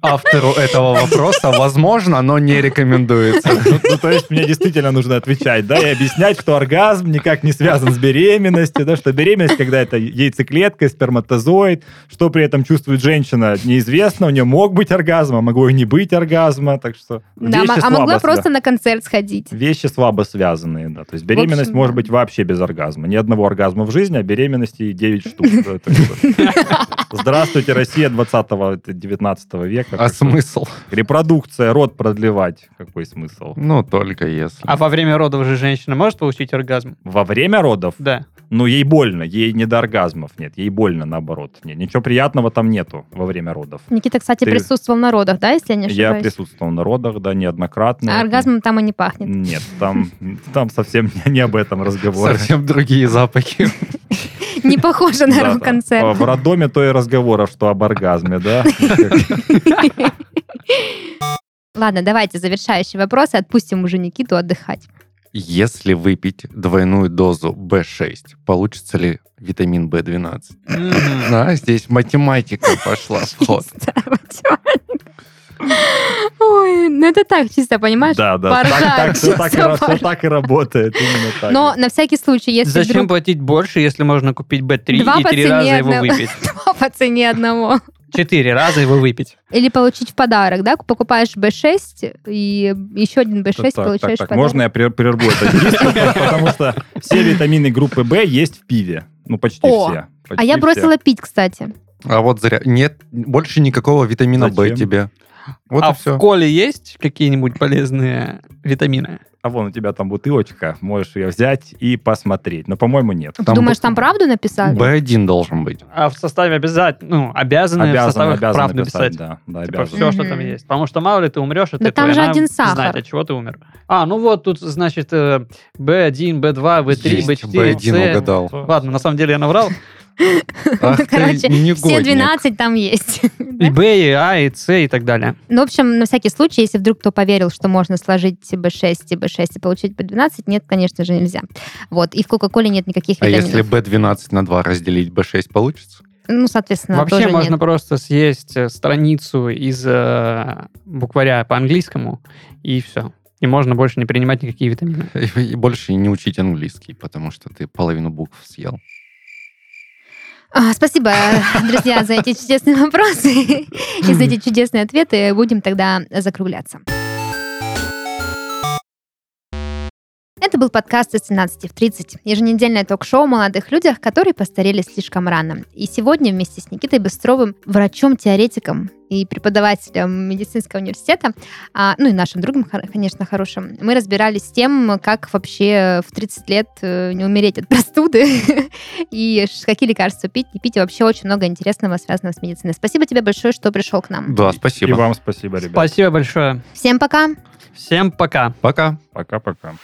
[SPEAKER 4] автору этого вопроса возможно, но не рекомендуется.
[SPEAKER 1] Ну, ну, то есть мне действительно нужно отвечать, да, и объяснять, что оргазм никак не связан с беременностью, да, что беременность, когда это яйцеклетка, сперматозоид, что при этом чувствует женщина, неизвестно, у нее мог быть оргазм, а могло и не быть оргазма, так что
[SPEAKER 2] Да,
[SPEAKER 1] вещи
[SPEAKER 2] м- а
[SPEAKER 1] слабо
[SPEAKER 2] могла
[SPEAKER 1] свя-
[SPEAKER 2] просто на концерт сходить.
[SPEAKER 1] Вещи слабо связанные, да. То есть беременность
[SPEAKER 2] общем,
[SPEAKER 1] может
[SPEAKER 2] да.
[SPEAKER 1] быть вообще без оргазма. Ни одного оргазма в жизни, а беременности 9 штук. Да, так что- Здравствуйте, Россия 20-19 века.
[SPEAKER 4] А
[SPEAKER 1] Как что?
[SPEAKER 4] смысл?
[SPEAKER 1] Репродукция, род продлевать. Какой смысл?
[SPEAKER 4] Ну, только если.
[SPEAKER 3] А во время родов же женщина может получить оргазм?
[SPEAKER 1] Во время родов
[SPEAKER 3] Да.
[SPEAKER 1] Ну, ей больно, ей не до оргазмов нет, ей больно наоборот. Нет, ничего приятного там нету во время родов.
[SPEAKER 2] Никита, кстати,
[SPEAKER 1] Ты-
[SPEAKER 2] присутствовал на родах, да, если я
[SPEAKER 1] Я
[SPEAKER 2] не ошибаюсь?
[SPEAKER 1] присутствовал на родах, да, неоднократно.
[SPEAKER 2] А оргазмом там и не пахнет.
[SPEAKER 1] Нет, там, там совсем не, не об этом разговор.
[SPEAKER 4] Совсем другие запахи.
[SPEAKER 2] Не похоже
[SPEAKER 1] Да,
[SPEAKER 2] на
[SPEAKER 1] да.
[SPEAKER 2] рок-концерт.
[SPEAKER 1] В роддоме то и разговоров, что об оргазме, да.
[SPEAKER 2] Ладно, давайте завершающие вопросы. Отпустим уже Никиту отдыхать.
[SPEAKER 4] Если выпить двойную дозу B6, получится ли витамин B12?
[SPEAKER 3] М.
[SPEAKER 4] Да, А, здесь математика пошла в ход.
[SPEAKER 2] Чисто, математик. Ой, ну это так чисто, понимаешь?
[SPEAKER 1] Да, да.
[SPEAKER 2] Поржать,
[SPEAKER 1] Так- Так всё так и
[SPEAKER 2] чисто
[SPEAKER 1] ра- всё
[SPEAKER 2] поржать.
[SPEAKER 1] так и работает, именно так.
[SPEAKER 2] Но на всякий случай, если
[SPEAKER 3] Зачем
[SPEAKER 2] вдруг
[SPEAKER 3] платить больше, если можно купить
[SPEAKER 2] Два
[SPEAKER 3] B3 и
[SPEAKER 2] по
[SPEAKER 3] три
[SPEAKER 2] цене
[SPEAKER 3] раза его
[SPEAKER 2] одного.
[SPEAKER 3] выпить?
[SPEAKER 2] два по цене одного.
[SPEAKER 3] Четыре раза его выпить.
[SPEAKER 2] Или получить в подарок, да? Покупаешь B6 и еще один B6
[SPEAKER 1] Так, так,
[SPEAKER 2] получаешь
[SPEAKER 1] так, так,
[SPEAKER 2] в подарок.
[SPEAKER 1] Можно я прер- прерву этот диспут, потому что все витамины группы В есть в пиве. Ну, почти
[SPEAKER 2] О,
[SPEAKER 1] все.
[SPEAKER 2] А я бросила пить, кстати.
[SPEAKER 4] А вот зря. Нет, больше никакого витамина
[SPEAKER 1] Зачем?
[SPEAKER 4] B тебе. Вот
[SPEAKER 3] а
[SPEAKER 4] и все.
[SPEAKER 3] в коле есть какие-нибудь полезные витамины?
[SPEAKER 1] А вон у тебя там бутылочка, можешь ее взять и посмотреть. Но, по-моему, нет.
[SPEAKER 4] Там
[SPEAKER 2] Думаешь,
[SPEAKER 4] бы-
[SPEAKER 2] там правду написали?
[SPEAKER 4] B1 должен быть.
[SPEAKER 3] А в составе обязательно, ну, обязаны в
[SPEAKER 1] Обязан,
[SPEAKER 3] составе
[SPEAKER 1] обязан
[SPEAKER 3] прав
[SPEAKER 1] написать.
[SPEAKER 3] написать.
[SPEAKER 1] Да, да,
[SPEAKER 3] Типа
[SPEAKER 1] обязан.
[SPEAKER 3] все, что там
[SPEAKER 2] Мгм.
[SPEAKER 3] есть. Потому что мало ли ты умрешь, от
[SPEAKER 2] Да
[SPEAKER 3] этого,
[SPEAKER 2] там
[SPEAKER 3] и
[SPEAKER 2] же
[SPEAKER 3] она
[SPEAKER 2] один сахар.
[SPEAKER 3] знает, от чего ты умер. А, ну вот тут, значит, э, B1, B2, B3,
[SPEAKER 4] Есть,
[SPEAKER 3] B4,
[SPEAKER 4] B1
[SPEAKER 3] C.
[SPEAKER 4] угадал.
[SPEAKER 3] Ладно, на самом деле я наврал.
[SPEAKER 4] Ах А, ты
[SPEAKER 2] Ну, Короче, Все
[SPEAKER 4] негодник.
[SPEAKER 2] 12 там есть.
[SPEAKER 3] И B, и А, и С, и так далее.
[SPEAKER 2] Ну, в общем, на всякий случай, если вдруг кто поверил, что можно сложить типа B6 и B6 и получить B12, нет, конечно же, нельзя. Вот. И в Кока-Коле нет никаких
[SPEAKER 4] А если
[SPEAKER 2] витаминов.
[SPEAKER 4] B12 на 2 разделить B6 получится?
[SPEAKER 2] Ну, соответственно,
[SPEAKER 3] Вообще
[SPEAKER 2] тоже
[SPEAKER 3] можно
[SPEAKER 2] нет.
[SPEAKER 3] просто съесть э, страницу из э, букваря по английскому и все. И можно больше не принимать никакие витамины.
[SPEAKER 4] И больше не учить английский, потому что ты половину букв съел.
[SPEAKER 2] А, Спасибо, друзья, за эти чудесные вопросы и за эти чудесные ответы. Будем тогда закругляться. Это был подкаст из 17 в 30, еженедельное ток-шоу о молодых людях, которые постарели слишком рано. И сегодня вместе с Никитой Быстровым, врачом-теоретиком и преподавателем медицинского университета, а, ну и нашим другом, хор- конечно, хорошим, мы разбирались с тем, как вообще в 30 лет э, не умереть от простуды и ш- какие лекарства пить, не пить, и вообще очень много интересного, связанного с медициной. Спасибо тебе большое, что пришел к нам.
[SPEAKER 4] Да,
[SPEAKER 1] И
[SPEAKER 4] спасибо.
[SPEAKER 1] вам спасибо, ребят.
[SPEAKER 3] Спасибо большое.
[SPEAKER 2] Всем пока!
[SPEAKER 3] Всем пока.
[SPEAKER 4] Пока.
[SPEAKER 1] Пока-пока.